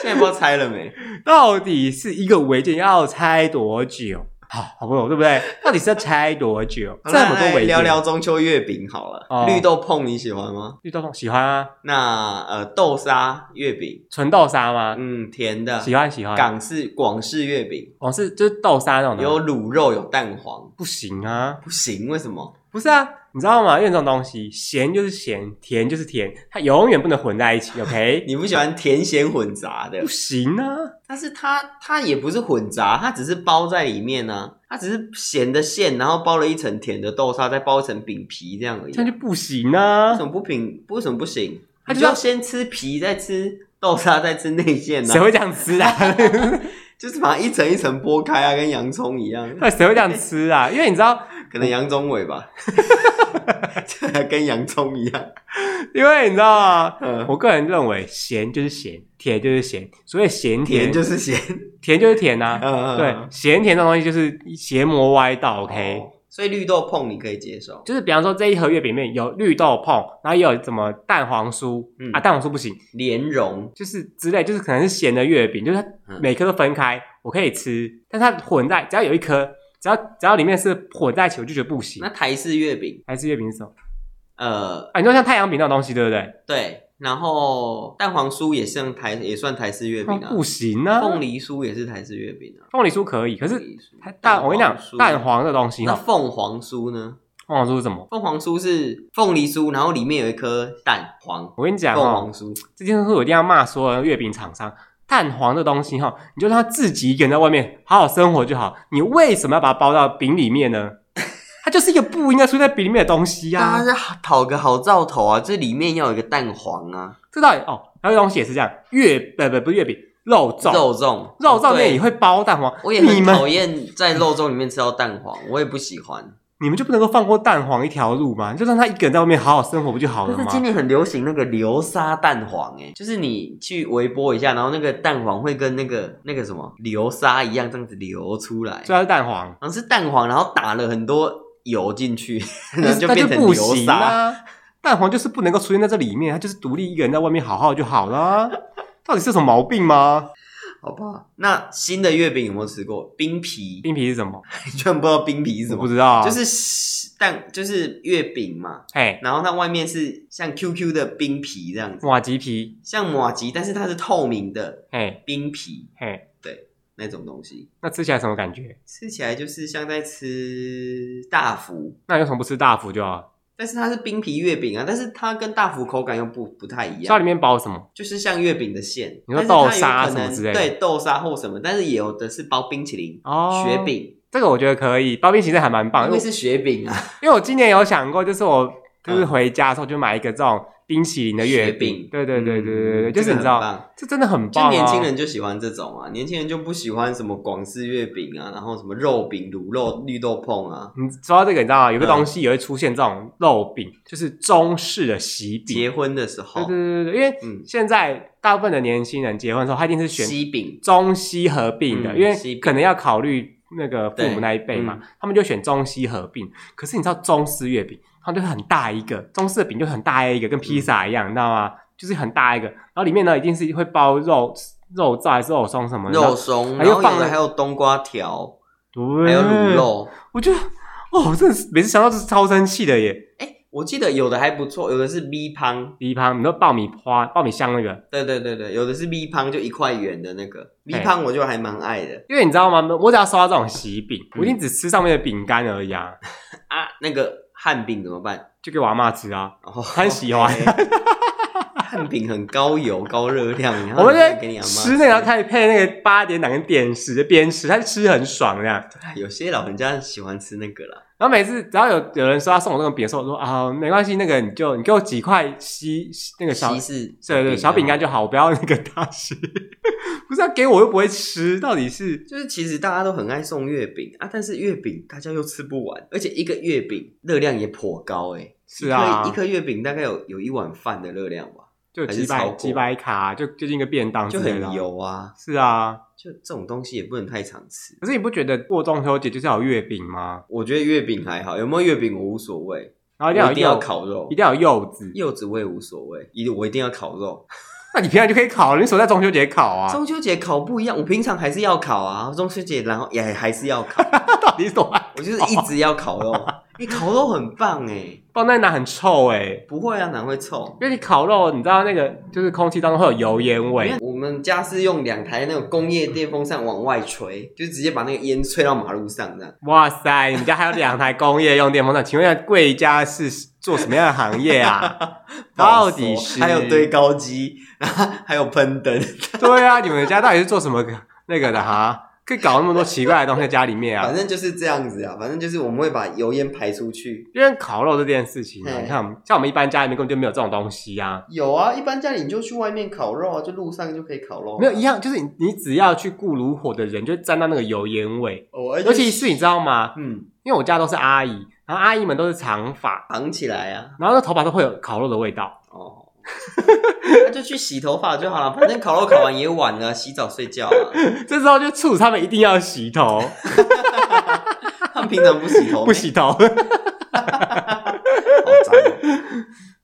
Speaker 1: 现在不知道拆了没？
Speaker 2: 到底是一个违建要拆多久？好好不懂对不对？到底是要拆多久？
Speaker 1: 好
Speaker 2: [laughs] 这
Speaker 1: 啦
Speaker 2: 么多违
Speaker 1: 来
Speaker 2: 建，
Speaker 1: 聊聊中秋月饼好了。
Speaker 2: 哦
Speaker 1: 绿豆碰你喜欢吗？
Speaker 2: 绿豆碰喜欢啊，
Speaker 1: 那呃豆沙月饼，
Speaker 2: 纯豆沙吗？
Speaker 1: 嗯，甜的，
Speaker 2: 喜欢喜欢，
Speaker 1: 港式广式月饼，
Speaker 2: 哦是就是豆沙那种的吗，
Speaker 1: 有卤肉有蛋黄，
Speaker 2: 不行啊，
Speaker 1: 不行，为什么？
Speaker 2: 不是啊，你知道吗？因为这种东西，咸就是咸，甜就是甜，它永远不能混在
Speaker 1: [laughs]
Speaker 2: 一起，OK？
Speaker 1: 你不喜欢甜咸混杂的
Speaker 2: 不？行啊，
Speaker 1: 但是它它也不是混杂，它只是包在里面呢、啊，它只是咸的馅，然后包了一层甜的豆沙，再包一层饼皮这样而已
Speaker 2: 这
Speaker 1: 啊、
Speaker 2: 样就不行
Speaker 1: 为
Speaker 2: 啊
Speaker 1: 什！么不平？为什么不行？
Speaker 2: 它
Speaker 1: 你就
Speaker 2: 就
Speaker 1: 是
Speaker 2: 要
Speaker 1: 要先吃皮，再吃豆沙，再吃内馅
Speaker 2: 谁
Speaker 1: 呐、
Speaker 2: 会这样吃啊？
Speaker 1: [laughs] 就是把它一层一层剥开啊，跟洋葱一样，
Speaker 2: 谁会这样吃啊？因为你知道，
Speaker 1: 可能洋葱尾
Speaker 2: [laughs]
Speaker 1: 吧， [laughs] 跟洋葱一样。
Speaker 2: 因为你知道啊，
Speaker 1: 嗯，
Speaker 2: 我个人认为咸就是咸，甜就是咸，所以咸
Speaker 1: 甜
Speaker 2: 甜
Speaker 1: 就是咸。
Speaker 2: 甜就是甜呐、啊。
Speaker 1: 嗯，
Speaker 2: 对，咸甜这种东西就是邪魔歪道，OK？、
Speaker 1: 哦所以绿豆碰你可以接受，
Speaker 2: 就是比方说这一盒月饼里面有绿豆碰，然后也有什么蛋黄酥、
Speaker 1: 嗯
Speaker 2: 啊，蛋黄酥不行，
Speaker 1: 莲蓉
Speaker 2: 就是之类，就是可能是咸的月饼，就是它
Speaker 1: 嗯
Speaker 2: 每颗都分开，我可以吃，但它混在只要有一颗，只要只要里面是混在一起，我就觉得不行
Speaker 1: 那。台式月饼，
Speaker 2: 还是月饼是什么？
Speaker 1: 呃，
Speaker 2: 啊，你说像太阳饼那种东西，对不对？
Speaker 1: 对，然后蛋黄酥也像台也算台式月饼啊，
Speaker 2: 不行啊，
Speaker 1: 凤梨酥也是台式月饼啊。
Speaker 2: 凤梨酥可以，可
Speaker 1: 凤
Speaker 2: 是
Speaker 1: 梨酥
Speaker 2: 它蛋我跟你讲，蛋，黄这东西
Speaker 1: 那
Speaker 2: 哈，
Speaker 1: 凤凰酥呢？
Speaker 2: 凤凰酥是什么？
Speaker 1: 凤凰酥是凤梨酥，然后里面有一颗蛋黄，
Speaker 2: 我跟你讲哦
Speaker 1: 凤
Speaker 2: 哈
Speaker 1: 凰，酥
Speaker 2: 这件事我一定要骂所有的月饼厂商。蛋黄这东西哈，你就让它自己一个人在外面好好生活就好。你为什么要把它包到饼里面呢？它就是一个不应该出现在饼里面的东西呀、
Speaker 1: 大家讨个好兆头啊！这里面要有一个蛋黄啊，
Speaker 2: 这到底哦，还有东西也是这样，月呃不不不是月饼，肉粽
Speaker 1: 肉粽，哦
Speaker 2: 肉粽面也
Speaker 1: 对，
Speaker 2: 会包蛋黄，
Speaker 1: 我也
Speaker 2: 你
Speaker 1: 很
Speaker 2: 们
Speaker 1: 讨厌在肉粽里面吃到蛋黄，我也不喜欢。
Speaker 2: 你们就不能够放过蛋黄一条路吗？你就让他一个人在外面好好生活不就好了
Speaker 1: 但
Speaker 2: 吗
Speaker 1: 是？今年很流行那个流沙蛋黄、欸，就是你去微波一下，然后那个蛋黄会跟那个那个什么流沙一样这样子流出来，
Speaker 2: 虽然是蛋黄，
Speaker 1: 然后是蛋黄，然后打了很多油进去，然 [laughs]
Speaker 2: 那
Speaker 1: 后
Speaker 2: 就
Speaker 1: 就变成
Speaker 2: 不
Speaker 1: 流
Speaker 2: 行
Speaker 1: 沙。
Speaker 2: 啊！蛋黄就是不能够出现在这里面，它就是独立一个人在外面好好就好啦。到底是有什么毛病吗？
Speaker 1: 好吧，那新的月饼有没有吃过冰皮？ [laughs]
Speaker 2: 冰皮是什么？
Speaker 1: 你居然不知道冰皮是什
Speaker 2: 我不
Speaker 1: 么？
Speaker 2: 知道啊，
Speaker 1: 就是蛋，就是月饼嘛，
Speaker 2: 哎，
Speaker 1: 然后它外面是像 QQ 的冰皮这样子，
Speaker 2: 瓦吉皮，
Speaker 1: 像马吉，但是它是透明的
Speaker 2: 哎
Speaker 1: 冰皮
Speaker 2: 哎，
Speaker 1: 那种东西，
Speaker 2: 那吃起来什么感觉？
Speaker 1: 吃起来就是像在吃大福，
Speaker 2: 那你为什么不吃大福就好？
Speaker 1: 但是它是冰皮月饼啊，但是它跟大福口感又不不太一
Speaker 2: 知道里
Speaker 1: 样，
Speaker 2: 面包什么？
Speaker 1: 就是像月饼的馅，
Speaker 2: 你
Speaker 1: 但
Speaker 2: 说
Speaker 1: 是它有
Speaker 2: 豆沙
Speaker 1: 可能
Speaker 2: 什么之类的
Speaker 1: 对，豆沙或什么，但是也有的是包冰淇淋、
Speaker 2: 哦，
Speaker 1: 雪，饼，
Speaker 2: 这个我觉得可以，包冰淇淋还蛮棒，
Speaker 1: 因为是雪饼啊，嗯
Speaker 2: 因为我今年有想过，就是我就是回家的时候就买一个这种冰淇淋的月
Speaker 1: 雪饼
Speaker 2: 对对对对对对，
Speaker 1: 嗯
Speaker 2: 就是你知
Speaker 1: 这个很
Speaker 2: 道，
Speaker 1: 棒
Speaker 2: 这真的很棒、
Speaker 1: 就
Speaker 2: 啊。
Speaker 1: 年轻人就喜欢这种啊，年轻人就不喜欢什么广式月饼啊，然后什么肉饼、卤肉、绿豆椪啊，
Speaker 2: 你说到这个，你知道吗？有
Speaker 1: 嗯
Speaker 2: 个东西也会出现这种肉饼，就是中式的喜饼。
Speaker 1: 结婚的时候
Speaker 2: 对，对对对，因为
Speaker 1: 嗯，
Speaker 2: 现在大部分的年轻人结婚的时候，他一定是选
Speaker 1: 西饼，
Speaker 2: 中西合并的，
Speaker 1: 嗯
Speaker 2: 因
Speaker 1: 西
Speaker 2: 为
Speaker 1: 饼
Speaker 2: 可能要考虑那个父母
Speaker 1: 对
Speaker 2: 那一辈嘛，他们就选中西合并。可是你知道中式月饼，它就很大一个，中式的饼就很大一个，跟披萨一样，你知道吗？就是很大一个，然后里面呢一定是会包肉肉燥还是肉松什么的，
Speaker 1: 肉松，
Speaker 2: 嗯还
Speaker 1: 然
Speaker 2: 有
Speaker 1: 后
Speaker 2: 放
Speaker 1: 有的
Speaker 2: 了
Speaker 1: 还有冬瓜条，
Speaker 2: 对，
Speaker 1: 还有卤。肉。
Speaker 2: 我觉得哦，我真的是每次想到就是超生气的耶。
Speaker 1: 哎，我记得有的还不错，有的是 V 胖，
Speaker 2: 第一旁，你说爆米花、爆米香那个，
Speaker 1: 对对对对，有的是 V 胖，就一块圆的那个 V
Speaker 2: 哎
Speaker 1: 胖，我就还蛮爱的
Speaker 2: 因为你知道吗？我只要收到这种喜饼，我一定只吃上面的饼干而已啊，
Speaker 1: 啊。那个汉饼怎么办？
Speaker 2: 就给我阿妈吃啊。
Speaker 1: 哦，
Speaker 2: 很喜欢
Speaker 1: [laughs] 汉饼很高油、高热量，然后
Speaker 2: 我们
Speaker 1: 你
Speaker 2: 在
Speaker 1: 再给你阿妈
Speaker 2: 吃那个，然后开始配那个八点档跟电视，就边吃，他就吃很爽这样。
Speaker 1: 哎有些老人家喜欢吃那个啦。
Speaker 2: 然后每次只要有有人说要送我那种饼的时候，我说啊没关系，那个你就你给我几块西西那个小
Speaker 1: 西式啊
Speaker 2: 对对小饼干就好，我不要那个大西。不是要给我又不会吃，到底是
Speaker 1: 就是其实大家都很爱送月饼啊，但是月饼大家又吃不完，而且一个月饼热量也颇高哎、
Speaker 2: 是啊
Speaker 1: 一颗一颗月饼大概有有一碗饭的热量吧，
Speaker 2: 就
Speaker 1: 还是
Speaker 2: 几
Speaker 1: 超
Speaker 2: 百
Speaker 1: 过
Speaker 2: 几百卡，就就近一个便当
Speaker 1: 就
Speaker 2: 之类的
Speaker 1: 很。油啊。
Speaker 2: 是啊，
Speaker 1: 就这种东西也不能太常吃。
Speaker 2: 可是你不觉得过中秋节就是要有月饼吗？
Speaker 1: 我觉得月饼还好，有没有月饼我无所谓，
Speaker 2: 然后
Speaker 1: 我
Speaker 2: 一定啊要
Speaker 1: 一
Speaker 2: 有
Speaker 1: 定要
Speaker 2: 柚，
Speaker 1: 烤肉
Speaker 2: 一，定要有柚子。
Speaker 1: 柚子我也无所谓，一定我一定要烤肉。
Speaker 2: 那你平常就可以烤，你为什么在中秋节烤啊？
Speaker 1: 中秋节烤不一样，我平常还是要烤啊，中秋节然后也还是要烤，
Speaker 2: 到底是什么？
Speaker 1: 我就是一直要烤
Speaker 2: [laughs]
Speaker 1: 肉。哎、烤肉很棒哎、
Speaker 2: 放在那很臭哎、
Speaker 1: 不会啊，哪会臭？
Speaker 2: 因为你烤肉，你知道那个就是空气当中会有油烟
Speaker 1: 因
Speaker 2: 味
Speaker 1: 为，我们家是用两台那种工业电风扇往外吹，就直接把那个烟吹到马路上这样。
Speaker 2: 哇塞，你们家还有两台工业用电风扇，请问一下贵家是做什么样的行业
Speaker 1: [laughs]
Speaker 2: 啊？到底是
Speaker 1: 还有堆高机，然后还有喷灯，
Speaker 2: 对啊，你们家到底是做什么那个的哈？可以搞那么多奇怪的东西在家里面
Speaker 1: [laughs]
Speaker 2: 啊
Speaker 1: 反？正就是这样子啊。反正就是我们会把油烟排出去。
Speaker 2: 因为烤肉这件事情啊，
Speaker 1: 嘿
Speaker 2: 你看我们像我们一般家里面根本就没有这种东西啊，
Speaker 1: 有啊，一般家里你就去外面烤肉啊，就路上就可以烤肉、啊
Speaker 2: 没有一，样，就是你你只要去顾炉火的人，就会沾到那个油烟味。
Speaker 1: 哦、而且
Speaker 2: 尤其是你知道吗？
Speaker 1: 嗯，
Speaker 2: 因为我家都是阿姨，然后阿姨们都是长发，
Speaker 1: 绑起来啊，
Speaker 2: 然后那头发都会有烤肉的味道。 [laughs]
Speaker 1: 哦， [laughs] 那就去洗头发就好了。反正烤肉烤完也晚了，洗澡睡觉啊。
Speaker 2: 这时候就促使他们一定要洗头，
Speaker 1: 他们平常不洗头，
Speaker 2: [laughs] 不洗头
Speaker 1: 好脏、哦。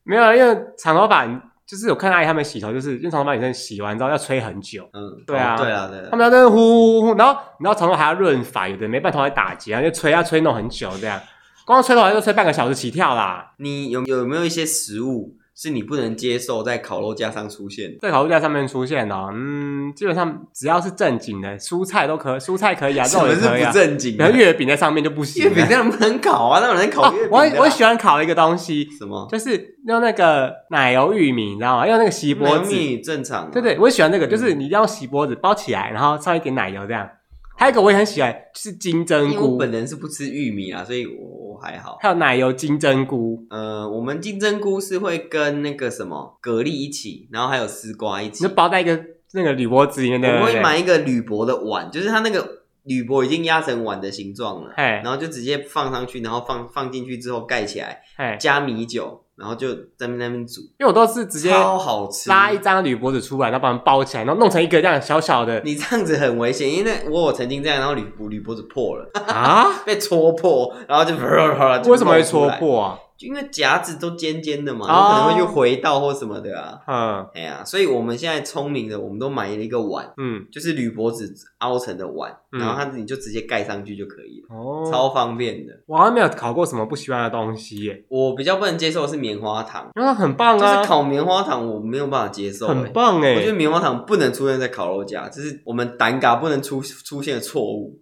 Speaker 2: 没有，因为长头发就是有看阿姨他们洗头，就是因为长头发女生洗完之后要吹很久，
Speaker 1: 嗯，
Speaker 2: 对啊
Speaker 1: 哦对啊，对啊
Speaker 2: 他。们要在那呼呼呼，然后你知道长头发还要润发，有的没办法头发打结，然后就吹要吹弄很久这样，光吹头发就吹半个小时起跳啦。
Speaker 1: 你有有没有一些食物是你不能接受在烤肉架上出现的？
Speaker 2: 在烤肉架上面出现哦，嗯，基本上只要是正经的蔬菜都可，蔬菜可以啊，
Speaker 1: 什
Speaker 2: 肉
Speaker 1: 么
Speaker 2: 也
Speaker 1: 是
Speaker 2: 可以
Speaker 1: 不
Speaker 2: 啊，
Speaker 1: 正经
Speaker 2: 然
Speaker 1: 的
Speaker 2: 后？月饼在上面就不行
Speaker 1: 月
Speaker 2: 了。
Speaker 1: 饼当然不能烤啊，那有人
Speaker 2: 哦
Speaker 1: 烤月饼、
Speaker 2: 我我喜欢烤一个东西，
Speaker 1: 什么？
Speaker 2: 就是用那个奶油玉米，你知道吗？用那个锡箔
Speaker 1: 糯
Speaker 2: 纸，
Speaker 1: 米正常、啊，
Speaker 2: 对对，我喜欢这个，就是
Speaker 1: 嗯
Speaker 2: 你一定要用锡箔纸包起来，然后上一点奶油这样。还有一个我也很喜欢，就是金
Speaker 1: 因
Speaker 2: 针
Speaker 1: 为我
Speaker 2: 菇，
Speaker 1: 本人是不吃玉米啊，所以我我还好。
Speaker 2: 还有奶油金针菇，
Speaker 1: 呃，我们金针菇是会跟那个什么蛤蜊一起，然后还有丝瓜一起
Speaker 2: 你就。包在一个那个铝箔纸里面的。
Speaker 1: 我
Speaker 2: 对
Speaker 1: 会
Speaker 2: 对
Speaker 1: 买一个铝箔的碗，就是它那个铝箔已经压成碗的形状了，
Speaker 2: 嘿
Speaker 1: 然后就直接放上去，然后放放进去之后盖起来，
Speaker 2: 哎，
Speaker 1: 加米酒，然后就在那边煮，
Speaker 2: 因为我都是直接
Speaker 1: 超好吃。
Speaker 2: 拉一张铝箔纸出来，然后把它们包起来，然后弄成一个这样小小的
Speaker 1: 你这样子很危险，因为我有曾经这样，然后铝箔铝箔子破了， [laughs]
Speaker 2: 啊？
Speaker 1: 被戳破，然后就 [laughs] 就
Speaker 2: 为什么会
Speaker 1: 冒出
Speaker 2: 戳
Speaker 1: 来？[laughs]
Speaker 2: 破啊？
Speaker 1: 就因为夹子都尖尖的嘛，
Speaker 2: 哦
Speaker 1: 有可能会去回到或什么的啊。
Speaker 2: 嗯
Speaker 1: 哎呀，所以我们现在聪明的，我们都买了一个碗，
Speaker 2: 嗯
Speaker 1: 就是铝箔纸凹成的碗，
Speaker 2: 嗯
Speaker 1: 然后它你就直接盖上去就可以了，
Speaker 2: 哦，
Speaker 1: 超方便的。
Speaker 2: 我好像没有烤过什么不喜欢的东西耶，
Speaker 1: 我比较不能接受的是棉花糖，
Speaker 2: 因为它很棒
Speaker 1: 就
Speaker 2: 啊，
Speaker 1: 是烤棉花糖，我没有办法接受、
Speaker 2: 很
Speaker 1: 欸。
Speaker 2: 棒
Speaker 1: 我觉得
Speaker 2: 哎。
Speaker 1: 棉花糖不能出现在烤肉架，这是我们胆嘎不能出出现的错误。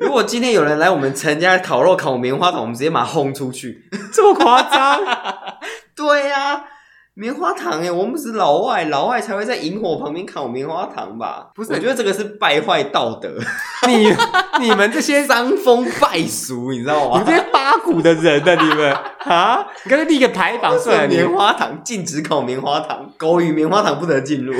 Speaker 1: 如果今天有人来我们陈家烤肉烤棉花糖，我们直接把它轰出去。
Speaker 2: 这么夸张？
Speaker 1: 对呀、啊棉花糖哎、我们是老外，老外才会在萤火旁边烤棉花糖吧？
Speaker 2: 不是
Speaker 1: 我觉得这个是败坏道德、
Speaker 2: [laughs] 你你们
Speaker 1: [laughs]
Speaker 2: 这些
Speaker 1: 伤风败俗，你知道
Speaker 2: 你 [laughs] 们
Speaker 1: 吗？
Speaker 2: 这些八股的人呢、你们啊，你干脆立个牌坊出来，
Speaker 1: [laughs] 是
Speaker 2: 啊你
Speaker 1: 棉花糖禁止烤棉花糖，狗与棉花糖不得进入。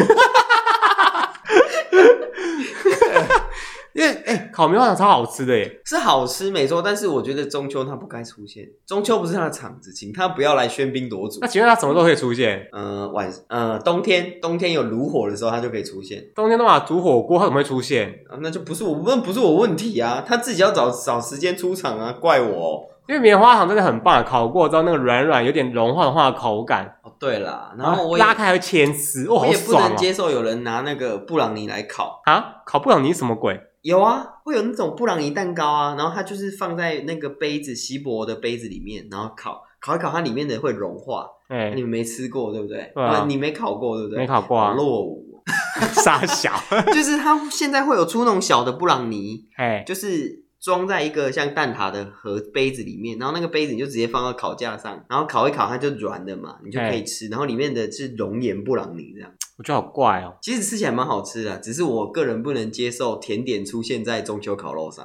Speaker 2: 因为
Speaker 1: 啊
Speaker 2: 哎、烤棉花糖超好吃的耶，
Speaker 1: 是好吃没错，但是我觉得中秋它不该出现，中秋不是它的场子，请它不要来喧宾夺主
Speaker 2: 那。请问它什么时候可以出现？
Speaker 1: 呃，晚呃，冬天冬天有炉火的时候，它就可以出现、
Speaker 2: 冬天的话煮火锅它怎么会出现？
Speaker 1: 啊那就不是我问，不是我问题啊，它自己要找找时间出场啊，怪我
Speaker 2: 因为棉花糖真的很棒，烤过之后那个软软有点融化的话的口感，
Speaker 1: 哦。哦，对啦，然后我也、
Speaker 2: 啊拉开还会牵丝，哇、
Speaker 1: 我
Speaker 2: 好
Speaker 1: 也不
Speaker 2: 爽
Speaker 1: 能
Speaker 2: 啊！
Speaker 1: 接受有人拿那个布朗尼来烤，
Speaker 2: 啊，烤布朗尼什么鬼？
Speaker 1: 有啊，会有那种布朗尼蛋糕啊，然后它就是放在那个杯子锡箔的杯子里面，然后烤烤一烤，它里面的会融化。
Speaker 2: 哎、
Speaker 1: 你们没吃过对不对？
Speaker 2: 对啊
Speaker 1: 你没烤过对不对？
Speaker 2: 没烤过啊
Speaker 1: 好
Speaker 2: [laughs]
Speaker 1: 落伍哦。
Speaker 2: 傻小，
Speaker 1: [laughs] 就是它现在会有出那种小的布朗尼，
Speaker 2: 哎、
Speaker 1: 就是装在一个像蛋挞的盒杯子里面，然后那个杯子你就直接放到烤架上，然后烤一烤它就软的嘛，你就
Speaker 2: 哎
Speaker 1: 可以吃。然后里面的是熔岩布朗尼这样，
Speaker 2: 我觉得好怪哦、
Speaker 1: 其实吃起来蛮好吃的啊，只是我个人不能接受甜点出现在中秋烤肉上，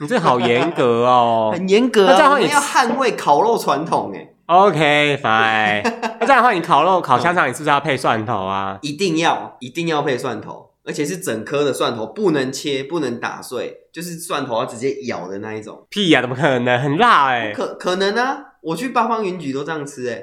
Speaker 2: 你这好严格
Speaker 1: [laughs]
Speaker 2: 哦、
Speaker 1: 很严格
Speaker 2: 那这样
Speaker 1: 啊，
Speaker 2: 的
Speaker 1: 我
Speaker 2: 话
Speaker 1: 们
Speaker 2: 你
Speaker 1: 要捍卫烤肉传统哎、
Speaker 2: OK fine，那这样的话你烤肉烤香肠你是不是要配蒜头啊？
Speaker 1: 一定要一定要配蒜头，而且是整颗的蒜头，不能切，不能打碎，就是蒜头要直接咬的那一种。
Speaker 2: 屁呀、怎么可能？很辣哎、 [laughs]
Speaker 1: 可可能啊，我去八方云集都这样吃哎、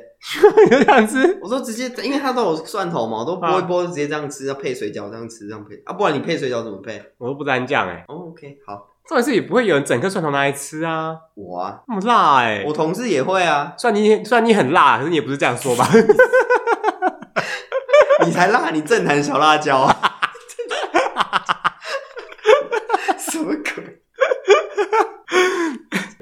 Speaker 2: 你就这样吃，
Speaker 1: 我都直接，因为它都有蒜头嘛，我都
Speaker 2: 啊
Speaker 1: 剥一剥直接这样吃，要配水饺这样吃，这样配啊，不然你配水饺怎么配、
Speaker 2: 我都不沾酱哎、
Speaker 1: 哦 o k 好，
Speaker 2: 重点是也不会有人整颗蒜头拿来吃啊，
Speaker 1: 我啊，
Speaker 2: 那么辣哎、
Speaker 1: 我同事也会啊，
Speaker 2: 虽然你虽然你很辣，可是你也不是这
Speaker 1: [laughs]
Speaker 2: 样说吧？
Speaker 1: 你才辣，你正坛小辣椒啊， [laughs] 什么鬼？ [laughs]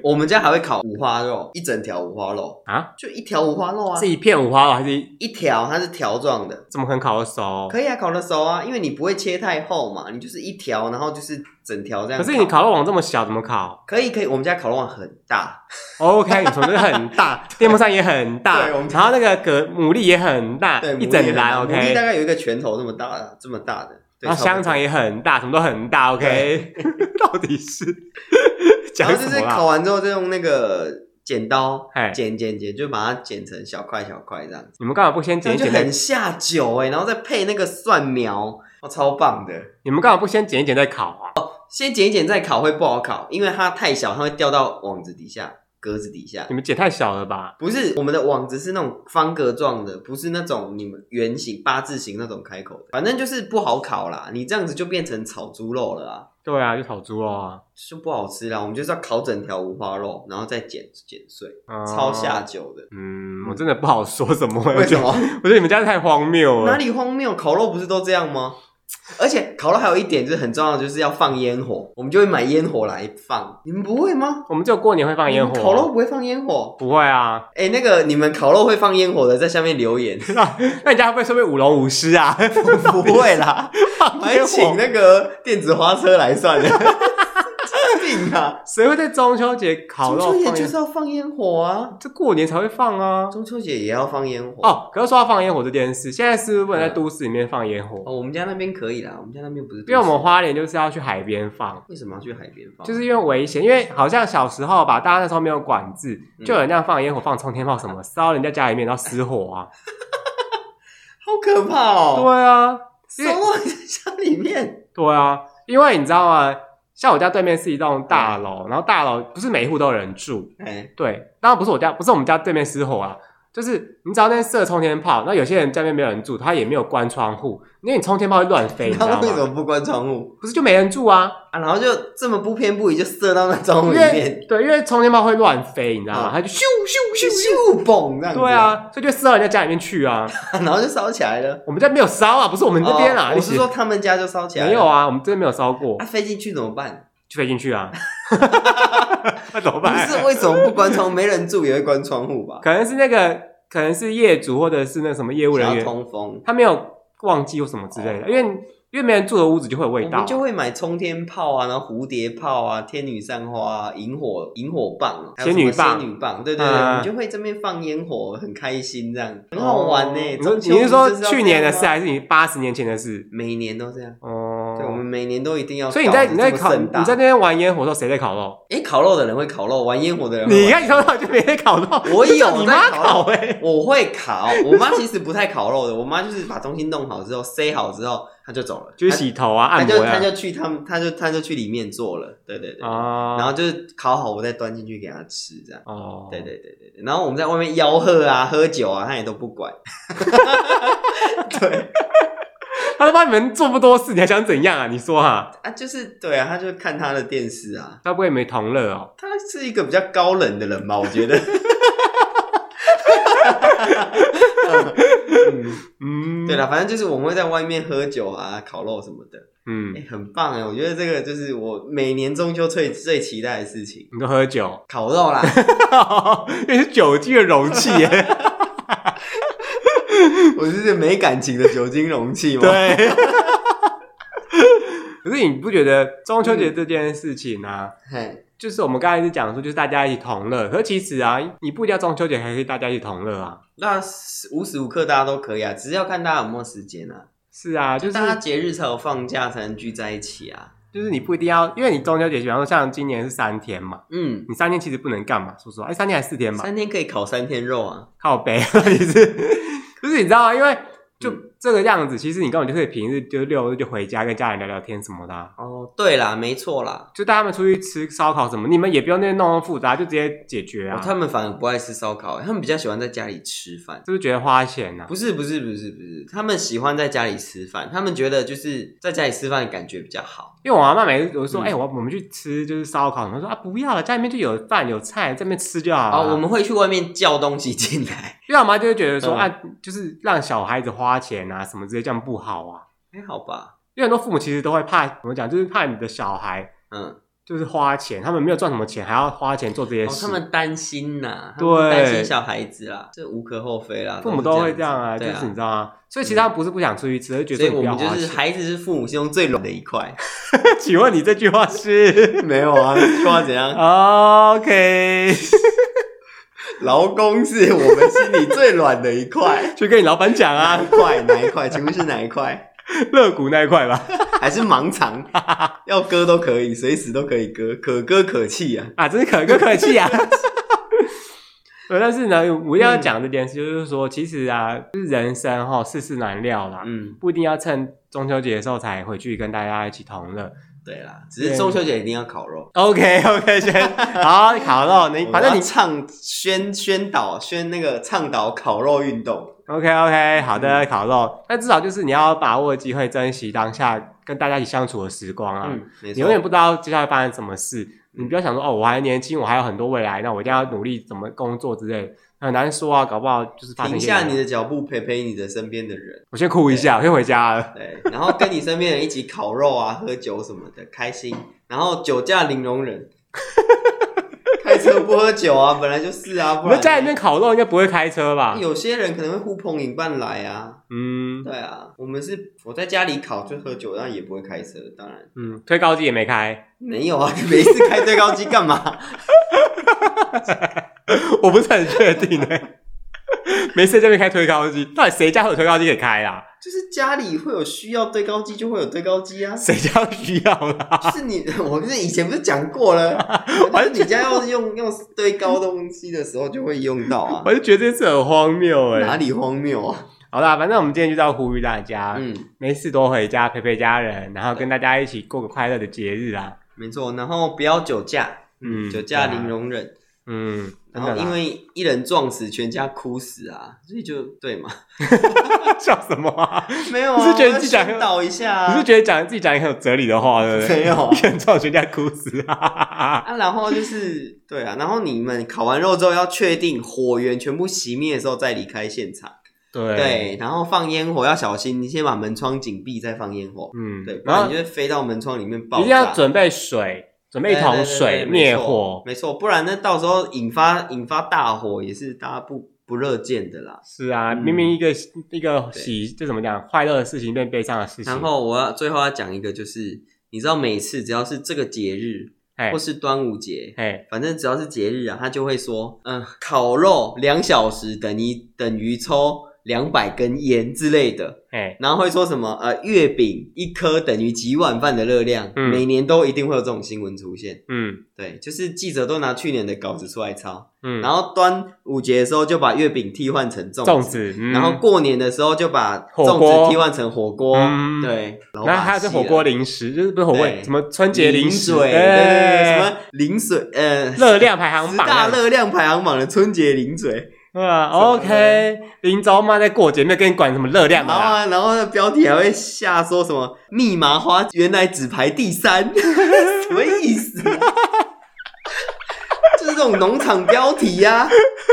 Speaker 1: 我们家还会烤五花肉，一整条五花肉
Speaker 2: 啊，
Speaker 1: 就一条五花肉啊
Speaker 2: 是，一片五花肉还是
Speaker 1: 一条它是条状的，
Speaker 2: 怎么可能烤得熟？
Speaker 1: 可以啊，烤的熟啊，因为你不会切太厚嘛，你就是一条，然后就是整条这样。
Speaker 2: 可是你烤肉网这么小，怎么烤
Speaker 1: 可以可以，我们家烤肉网很大，
Speaker 2: ？OK，你从这很
Speaker 1: [laughs]
Speaker 2: 大，电风扇也很大，
Speaker 1: 对我们
Speaker 2: 然后那个蛤牡蛎也很大，
Speaker 1: 对，
Speaker 2: 啊一整篮
Speaker 1: 篮
Speaker 2: OK，
Speaker 1: 牡蛎大概有一个拳头这么大的，这么大的。对
Speaker 2: 然后香肠，也很大，什么都很大，OK？到 [laughs] 底是
Speaker 1: [laughs] 差
Speaker 2: 讲
Speaker 1: 不多然后
Speaker 2: 什
Speaker 1: 就是
Speaker 2: 么
Speaker 1: 烤
Speaker 2: 啦？
Speaker 1: 完之后，就用那个剪刀
Speaker 2: 哎
Speaker 1: 剪剪剪，就把它剪成小块小块这样子，
Speaker 2: 你们干嘛不先
Speaker 1: 这样
Speaker 2: 剪一
Speaker 1: 就
Speaker 2: 剪
Speaker 1: 很
Speaker 2: 再？
Speaker 1: 下酒哎、然后再配那个蒜苗，哦，超棒的。
Speaker 2: 你们干嘛不先剪一剪再烤啊？
Speaker 1: 先剪一剪再烤会不好烤，因为它太小，它会掉到网子底下、格子底下
Speaker 2: 你。们剪太小了吧？
Speaker 1: 不是我们的网子是那种方格状的，不是那种你们圆形、八字形那种开口的，反正就是不好烤啦。你这样子就变成炒猪肉了啊。
Speaker 2: 对啊，就烤猪肉啊，
Speaker 1: 就不好吃啦。我们就是要烤整条五花肉，然后再剪剪碎，
Speaker 2: 嗯
Speaker 1: 超下。酒的。
Speaker 2: 嗯，我真的不好说什么。
Speaker 1: 为什
Speaker 2: [laughs] 我觉得？
Speaker 1: 么？
Speaker 2: 我觉得你们家太荒谬
Speaker 1: 哪
Speaker 2: 了。
Speaker 1: 里荒谬？烤肉不是都这样吗？而且烤肉还有一点就是很重要的，就是要放烟火，我们就会买烟火来放。你们不会吗？
Speaker 2: 我们只有过年会放烟火，啊
Speaker 1: 你们烤肉不会放烟火？
Speaker 2: 不会啊。
Speaker 1: 哎、那个你们烤肉会放烟火的，在下面留
Speaker 2: [laughs]
Speaker 1: 言。
Speaker 2: 那你家会不会说被舞龙舞狮啊？
Speaker 1: 不
Speaker 2: [laughs]
Speaker 1: 会啦，我还请那个电子花车来算
Speaker 2: [laughs]
Speaker 1: 了。神经病啊！
Speaker 2: 谁会在中秋节烤
Speaker 1: 中
Speaker 2: 肉
Speaker 1: 秋节
Speaker 2: 放
Speaker 1: 就
Speaker 2: 烟
Speaker 1: 是？要放烟火啊，
Speaker 2: 这过年才会放啊。
Speaker 1: 中秋节也要放烟火。
Speaker 2: 哦，可是说到放烟火这件事，现在是不是不能在都市里面放烟火？
Speaker 1: 哦，我们家那边可以啦，我们家那边不是都市，
Speaker 2: 因为我们花莲就是要去海边放，
Speaker 1: 为什么要去海边放？
Speaker 2: 就是因为危险，因为好像小时候吧，大家那时候没有管制，
Speaker 1: 嗯
Speaker 2: 就有人这样放烟火、放冲天炮什么，烧人家家里面，然后失
Speaker 1: [laughs]
Speaker 2: 火啊。
Speaker 1: 好可怕哦！
Speaker 2: 对啊，因
Speaker 1: 烧
Speaker 2: 为
Speaker 1: [laughs] 到你的家里面，
Speaker 2: 对啊，因为你知道吗？像我家对面是一栋大楼，然后大楼不是每一户都有人住，
Speaker 1: 哎，
Speaker 2: 对，当然不是我家，不是我们家对面失火啊，就是你只要那边射冲天炮，那有些人家里面没有人住，他也没有关窗户，因为你冲天炮会乱飞，你
Speaker 1: [laughs]
Speaker 2: 知道
Speaker 1: 他为什
Speaker 2: 吗？
Speaker 1: 么不关窗户
Speaker 2: 不是就没人住啊，
Speaker 1: 啊？然后就这么不偏不倚就射到那窗户
Speaker 2: 因
Speaker 1: 里
Speaker 2: 为
Speaker 1: 面，
Speaker 2: 对，因为冲天炮会乱飞，你知道吗？
Speaker 1: 嗯
Speaker 2: 它就
Speaker 1: 咻
Speaker 2: 咻咻咻
Speaker 1: 咻
Speaker 2: 咻，
Speaker 1: 嘣这样子，
Speaker 2: 对，啊，所以就射到人家家里面去啊。
Speaker 1: [laughs] 然后就烧起来了。
Speaker 2: 我们家没有烧啊，不是我们这边啊，
Speaker 1: 哦
Speaker 2: 你
Speaker 1: 我是说他啊们家就烧起来，
Speaker 2: 没有，啊，我们这边没有烧过
Speaker 1: 那，飞进去怎么
Speaker 2: [laughs]
Speaker 1: 办？
Speaker 2: 就飞进
Speaker 1: [laughs]
Speaker 2: 去啊，那怎么
Speaker 1: 不
Speaker 2: 办？
Speaker 1: 是为什么不关窗？没人住也会关窗户
Speaker 2: [laughs]
Speaker 1: 吧？
Speaker 2: 可能是那个，可能是业主或者是那什么业务人
Speaker 1: 想要
Speaker 2: 员，
Speaker 1: 通风，
Speaker 2: 他没有忘记或什么之类的，因为因为没人住的屋子就会啊有味
Speaker 1: 我
Speaker 2: 道
Speaker 1: 们。就会买冲天炮啊，然后蝴蝶炮啊，天女散花、啊、萤火、萤火棒、啊还有
Speaker 2: 仙女
Speaker 1: 什么
Speaker 2: 棒
Speaker 1: 仙女棒，对对对，
Speaker 2: 嗯
Speaker 1: 我们就会这边放烟火，很开心这样，很好玩呢、
Speaker 2: 嗯你说
Speaker 1: 中秋
Speaker 2: 哦你是
Speaker 1: 不
Speaker 2: 说
Speaker 1: 就是要
Speaker 2: 去年的
Speaker 1: 这
Speaker 2: 事
Speaker 1: 样吗
Speaker 2: 还是你八十年前的事？
Speaker 1: 啊每年都这样，
Speaker 2: 哦
Speaker 1: 对，我，们每年都一定要搞。
Speaker 2: 所以你在你在
Speaker 1: 就这么
Speaker 2: 烤
Speaker 1: 盛大
Speaker 2: 你在那边玩烟火的时候，谁在烤肉？
Speaker 1: 哎、烤肉的人会烤肉，玩烟火的人会玩
Speaker 2: 你看你从小就没在烤肉，
Speaker 1: 我
Speaker 2: 这叫
Speaker 1: 有
Speaker 2: 你
Speaker 1: 在
Speaker 2: 妈
Speaker 1: 烤
Speaker 2: 烤
Speaker 1: 肉 [laughs]
Speaker 2: 哎，
Speaker 1: 我会烤，我妈其实不太烤肉的，我妈就是把东西弄好之后塞好之后，她就走了，
Speaker 2: 就是洗头啊、
Speaker 1: 她，她
Speaker 2: 按
Speaker 1: 就
Speaker 2: 摩
Speaker 1: 她
Speaker 2: 啊。
Speaker 1: 就去他们，她就她就去里面做了，对对对，
Speaker 2: 哦，
Speaker 1: 然后就是烤好，我再端进去给她吃，这样，
Speaker 2: 哦，
Speaker 1: 对对对对对，然后我们在外面吆喝啊、喝酒啊，她也都不管，对
Speaker 2: 他都帮你们做这么多事，你还想怎样啊？你说哈，
Speaker 1: 啊，就是对啊，她就看她的电视啊，
Speaker 2: 该不会没同乐哦？
Speaker 1: 她是一个比较高冷的人吧，我
Speaker 2: [laughs]
Speaker 1: 觉得，嗯
Speaker 2: 嗯，
Speaker 1: 对，了，反正就是我们会在外面喝酒啊、烤肉什么的。
Speaker 2: 嗯
Speaker 1: 哎、，很棒哎！我觉得这个就是我每年中秋最最期待的事情，
Speaker 2: 你都喝酒， [laughs]
Speaker 1: 烤肉啦。
Speaker 2: 因为是酒精的容器
Speaker 1: [laughs]
Speaker 2: 耶。
Speaker 1: 我是没感情的酒精容器嘛。，
Speaker 2: [laughs] 对。可是你不觉得中秋节这件事情啊，
Speaker 1: 嘿，
Speaker 2: 就是我们刚才是讲说，就是大家一起同乐。可是其实啊，你不一定要中秋节还可以大家一起同乐啊。
Speaker 1: 那是无时无刻大家都可以啊，只是要看大家有没有时间啊。
Speaker 2: 是啊，就是
Speaker 1: 大家节日才有放假，才能聚在一起啊。
Speaker 2: 就是你不一定要，因为你中秋节，比方说像今年是三天嘛，
Speaker 1: 嗯，
Speaker 2: 你三天其实不能干嘛，说实话，哎，三天还是四天嘛，
Speaker 1: 三天可以烤三天肉啊。
Speaker 2: 靠北，你是不是你知道吗？啊因为就
Speaker 1: 嗯
Speaker 2: 这个样子，其实你根本就可以平日就六日就回家跟家人聊聊天什么的啊、
Speaker 1: 哦，对啦，没错啦。
Speaker 2: 就带他们出去吃烧烤什么，你们也不用那弄那么复杂，就直接解决啊。
Speaker 1: 哦，他们反而不爱吃烧烤、欸他们比较喜欢在家里吃饭。
Speaker 2: 是不是觉得花钱啊？
Speaker 1: 不是不是不是不是，他们喜欢在家里吃饭，他们觉得就是在家里吃饭的感觉比较好。
Speaker 2: 因为我阿妈每次我就说，
Speaker 1: 嗯
Speaker 2: 哎、我我们去吃就是烧烤，她说啊不要了，家里面就有饭有菜，在那边吃就好了。
Speaker 1: 哦，我们会去外面叫东西进来，
Speaker 2: 因为我妈就会觉得说、
Speaker 1: 嗯
Speaker 2: 啊，就是让小孩子花钱啊什么之类，这样不好啊。
Speaker 1: 还好吧？
Speaker 2: 因为很多父母其实都会怕，怎么讲，就是怕你的小孩
Speaker 1: 嗯，
Speaker 2: 就是花钱，他们没有赚什么钱，还要花钱做这些
Speaker 1: 哦，
Speaker 2: 事。
Speaker 1: 他们担心呐、他
Speaker 2: 对
Speaker 1: 们担心小孩子啦，这无可厚非啦，
Speaker 2: 父母都会
Speaker 1: 是
Speaker 2: 这
Speaker 1: 这
Speaker 2: 样啊，
Speaker 1: 子
Speaker 2: 就
Speaker 1: 对
Speaker 2: 是你知道吗？所以其实他们不是不想出去吃，而是觉
Speaker 1: 所以
Speaker 2: 得你
Speaker 1: 我
Speaker 2: 不要
Speaker 1: 们就
Speaker 2: 花 [laughs]
Speaker 1: 是
Speaker 2: 钱。
Speaker 1: 孩子是父母心中最软的一块，
Speaker 2: [laughs] 请问你这句
Speaker 1: [laughs]
Speaker 2: 话是 [laughs]
Speaker 1: 没有啊？说怎样？
Speaker 2: OK？
Speaker 1: [laughs] 劳工是我们心里最软的一
Speaker 2: [laughs]
Speaker 1: 块，
Speaker 2: 去跟你老板讲
Speaker 1: 哪一
Speaker 2: 啊， [laughs]
Speaker 1: 块？哪一块？请问是哪一块？
Speaker 2: 肋骨那一块吧。
Speaker 1: 还是盲肠？ [laughs] 要割都可以，随时都可以割，可歌可泣啊！
Speaker 2: [laughs] 啊，真是可歌可泣
Speaker 1: [laughs]
Speaker 2: 啊。对，但是呢，我
Speaker 1: 嗯
Speaker 2: 要讲这件事，就是说，其实啊，就是人生哈，世事难料啦，
Speaker 1: 嗯，
Speaker 2: 不一定要趁中秋节的时候才回去跟大家一起同乐。
Speaker 1: 对啦，只是中秋节一定要烤肉。
Speaker 2: OK OK，先
Speaker 1: [laughs]
Speaker 2: 好烤肉，你哎反正
Speaker 1: 我要
Speaker 2: 你
Speaker 1: 倡宣宣导宣那个倡导烤肉运动，
Speaker 2: OK OK，好的，
Speaker 1: 嗯
Speaker 2: 烤肉。但至少就是你要把握机会，珍惜当下跟大家一起相处的时光啊。
Speaker 1: 嗯，没
Speaker 2: 你
Speaker 1: 错，
Speaker 2: 永远不知道接下来发生什么事，你不要想说哦，我还年轻，我还有很多未来，那我一定要努力怎么工作之类的，很难说啊，搞不好就是发生
Speaker 1: 停
Speaker 2: 一些
Speaker 1: 下你的脚步，陪陪你的身边的人，
Speaker 2: 我先哭一下，我先回家了。
Speaker 1: 对，然后跟你身边人一起烤肉啊、喝酒什么的，开心，然后酒驾零容
Speaker 2: [laughs]
Speaker 1: 忍，开车不喝酒啊，本来就是啊，
Speaker 2: 我
Speaker 1: 不
Speaker 2: 们
Speaker 1: 然
Speaker 2: 家里面烤肉应该不会开车吧？
Speaker 1: 有些人可能会呼朋引伴来啊，
Speaker 2: 嗯
Speaker 1: 对啊，我们是我在家里烤就喝酒，然后也不会开车，当然
Speaker 2: 嗯，推高机也没开， [laughs]
Speaker 1: 没有啊，你每次开最高机干嘛？ [laughs]
Speaker 2: 我不是很确定哎、 [laughs] 没事这边开推高机，到底谁家会有推高机可以开啊？
Speaker 1: 就是家里会有需要对高机就会有对高机啊，
Speaker 2: 谁家需要啊啦？
Speaker 1: 就是你，我不是以前不是讲过了，就是你家要用用堆高东西的时候就会用到啊，
Speaker 2: [laughs] 我就觉得这件事很荒谬哎、
Speaker 1: 哪里荒谬啊？
Speaker 2: 好啦，反正我们今天就到呼吁大家，
Speaker 1: 嗯，
Speaker 2: 没事多回家陪陪家人，然后跟大家一起过个快乐的节日啊。
Speaker 1: 没错，然后不要酒驾，
Speaker 2: 嗯
Speaker 1: 酒驾
Speaker 2: 对啊
Speaker 1: 零容忍，
Speaker 2: 嗯，真
Speaker 1: 然后
Speaker 2: 的啦
Speaker 1: 因为一人撞死，全家哭死啊，所以就对
Speaker 2: [laughs]
Speaker 1: 嘛，
Speaker 2: [laughs] 笑什
Speaker 1: [laughs]
Speaker 2: 么啊？
Speaker 1: 没有
Speaker 2: 你
Speaker 1: 啊，
Speaker 2: 是觉得
Speaker 1: 我要
Speaker 2: 自己讲
Speaker 1: 宣导一下
Speaker 2: 你
Speaker 1: 啊
Speaker 2: 是，觉得讲自己讲一个很有哲理的话，对不对？
Speaker 1: 没
Speaker 2: [laughs]
Speaker 1: 有啊
Speaker 2: 一人撞全家哭死啊！ [laughs]
Speaker 1: 啊，然后就是对啊，然后你们烤完肉之后要确定火源全部熄灭的时候再离开现场，
Speaker 2: 对
Speaker 1: 对，然后放烟火要小心，你先把门窗紧闭再放烟火。
Speaker 2: 嗯，
Speaker 1: 对，不
Speaker 2: 然
Speaker 1: 然
Speaker 2: 后
Speaker 1: 你就会飞到门窗里面爆
Speaker 2: 一
Speaker 1: 炸。
Speaker 2: 定要准备水，准备一桶
Speaker 1: 对对对
Speaker 2: 水
Speaker 1: 对
Speaker 2: 灭
Speaker 1: 没错
Speaker 2: 火。
Speaker 1: 没错，不然那到时候引发引发大火也是大家不不乐见的啦。
Speaker 2: 是啊，
Speaker 1: 嗯
Speaker 2: 明明一个一个喜，这怎么讲？快乐的事情变悲伤的事情。
Speaker 1: 然，后我要最后要讲一个，就是你知道每次只要是这个节日
Speaker 2: 哎
Speaker 1: 或是端午节，
Speaker 2: 哎，
Speaker 1: 反正只要是节日啊，他就会说，嗯、烤肉两小时等于等于抽两百根烟之类的，
Speaker 2: 哎，
Speaker 1: 然后会说什么呃，月饼一颗等于几碗饭的热量，
Speaker 2: 嗯
Speaker 1: 每年都一定会有这种新闻出现。
Speaker 2: 嗯
Speaker 1: 对，就是记者都拿去年的稿子出来抄，
Speaker 2: 嗯，
Speaker 1: 然后端午节的时候就把月饼替换成粽
Speaker 2: 粽
Speaker 1: 子。
Speaker 2: 子，嗯
Speaker 1: 然后过年的时候就把
Speaker 2: 火
Speaker 1: 粽
Speaker 2: 锅
Speaker 1: 子替换成火锅，
Speaker 2: 嗯
Speaker 1: 对，
Speaker 2: 然后还有这火锅零食，就是不是火锅
Speaker 1: 对
Speaker 2: 什么春节零食，哎
Speaker 1: 水，对对对，什么零水，呃，
Speaker 2: 热量排行
Speaker 1: 十
Speaker 2: 榜
Speaker 1: 大
Speaker 2: 啊，
Speaker 1: 热量排行榜的春节零嘴，
Speaker 2: 啊
Speaker 1: 什么
Speaker 2: ，OK，林州妈在过节没有跟你管什么热量
Speaker 1: 然
Speaker 2: 的
Speaker 1: 后
Speaker 2: 啦，
Speaker 1: 啊，然后那标题还会下说什么密麻花原来只排第三， [laughs] 什么意思、啊？ [laughs] 就是这种农场标题呀、啊，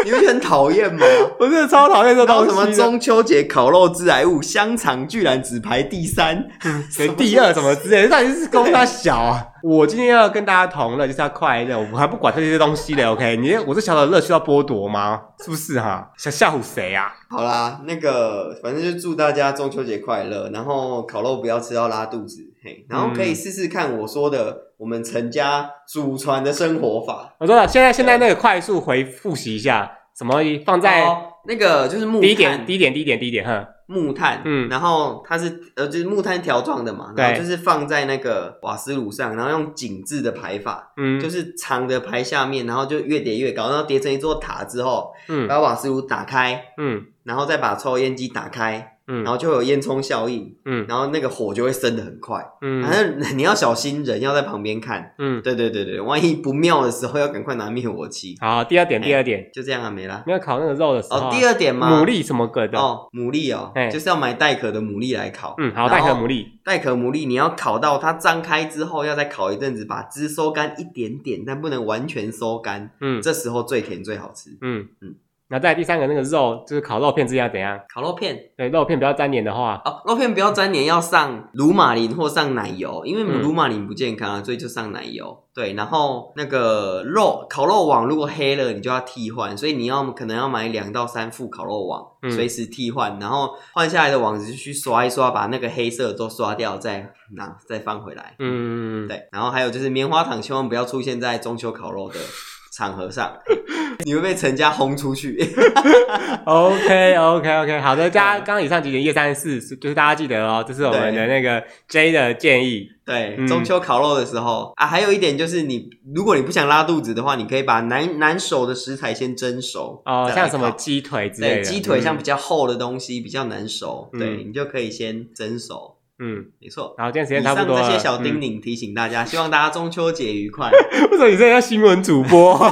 Speaker 1: 你们觉得很讨厌吗？
Speaker 2: 我真的超讨厌这
Speaker 1: 然后
Speaker 2: 东
Speaker 1: 什么
Speaker 2: 西的，
Speaker 1: 中秋节烤肉致癌物香肠居然只排第三， [laughs]
Speaker 2: 谁第二什么之类的，到底是公大小啊？我今天要跟大家同乐，就是要快乐，我还不管这些东西的，OK？你我这小小的乐趣要剥夺吗？是不是哈？想吓唬谁啊？
Speaker 1: 好啦，那个反正就祝大家中秋节快乐，然后烤肉不要吃到拉肚子，嘿，然后可以试试看我说的我们陈家祖传的生活法，
Speaker 2: 我说了，现在现在那个快速回复习一下，什么放在
Speaker 1: 哦那个就是木
Speaker 2: 第一点，
Speaker 1: 炭，
Speaker 2: 第一点，第一点，第一点，哼，
Speaker 1: 木炭，
Speaker 2: 嗯
Speaker 1: 然后它是呃就是木炭条状的嘛，
Speaker 2: 对
Speaker 1: 然后就是放在那个瓦斯炉上，然后用井字的排法，
Speaker 2: 嗯，
Speaker 1: 就是长的排下面，然后就越叠越高，然后叠成一座塔之后，
Speaker 2: 嗯
Speaker 1: 把瓦斯炉打开，
Speaker 2: 嗯
Speaker 1: 然后再把抽烟机打开，
Speaker 2: 嗯
Speaker 1: 然后就会有烟囱效应，
Speaker 2: 嗯
Speaker 1: 然后那个火就会升得很快。反
Speaker 2: 嗯
Speaker 1: 正你要小心，人要在旁边看。
Speaker 2: 嗯，
Speaker 1: 对对对对，万一不妙的时候要赶快拿灭火器。
Speaker 2: 好，第二点，第二点，
Speaker 1: 就这样啊，没啦。
Speaker 2: 没有烤那个肉的时候
Speaker 1: 哦
Speaker 2: 啊，，
Speaker 1: 第二点嘛，
Speaker 2: 牡蛎什么鬼的，
Speaker 1: 哦，牡蛎哦
Speaker 2: 哎，
Speaker 1: 就是要买带壳的牡蛎来烤。
Speaker 2: 嗯，好，带壳牡
Speaker 1: 蛎，
Speaker 2: 蛎，
Speaker 1: 带壳牡蛎你要烤到它张开之后，要再烤一阵子，把汁收干一点点，但不能完全收干。
Speaker 2: 嗯
Speaker 1: 这时候最甜最好吃。
Speaker 2: 嗯
Speaker 1: 嗯
Speaker 2: 然后再来第三个那个肉，就是烤肉片这样怎样？
Speaker 1: 烤肉片
Speaker 2: 对，肉片不要沾黏的话，
Speaker 1: 哦，肉片不要沾黏，要上乳马林或上奶油，因为
Speaker 2: 嗯
Speaker 1: 乳马林不健康啊，所以就上奶油。对，然后那个肉烤肉网如果黑了，你就要替换，所以你要可能要买两到三副烤肉网，
Speaker 2: 嗯
Speaker 1: 随时替换，然后换下来的网子就去刷一刷，把那个黑色的都刷掉，再拿再放回来。
Speaker 2: 嗯，
Speaker 1: 对，然后还有就是棉花糖，千万不要出现在中秋烤肉的场合上， [laughs] 你会被陈家轰出去。
Speaker 2: ，OK OK OK，
Speaker 1: [laughs]
Speaker 2: 好的，大家刚刚以上几点，一三四，就是大家记得哦，这是我们的那个 J 的建议，
Speaker 1: 对
Speaker 2: 嗯，
Speaker 1: 中秋烤肉的时候、啊，还有一点就是你，如果你不想拉肚子的话，你可以把难难熟的食材先蒸熟
Speaker 2: 哦，
Speaker 1: 再来
Speaker 2: 像什么
Speaker 1: 烤
Speaker 2: 鸡腿之类
Speaker 1: 对
Speaker 2: 的，
Speaker 1: 鸡腿像
Speaker 2: 嗯
Speaker 1: 比较厚的东西比较难熟，
Speaker 2: 嗯
Speaker 1: 对你就可以先蒸熟，
Speaker 2: 嗯，
Speaker 1: 没错。
Speaker 2: 然后今天时
Speaker 1: 以
Speaker 2: 间差
Speaker 1: 上
Speaker 2: 不多了，
Speaker 1: 这些小
Speaker 2: 嗯
Speaker 1: 叮咛提醒大家，希望大家中秋节愉
Speaker 2: [laughs]
Speaker 1: 快。
Speaker 2: 为什么你现在要新闻主播？ [laughs]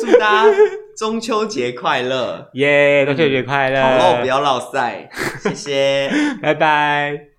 Speaker 1: 祝大家中秋节快乐，
Speaker 2: [laughs]
Speaker 1: 嗯
Speaker 2: 耶，中秋节快乐！
Speaker 1: 烤肉不要落晒，谢谢。
Speaker 2: 拜拜。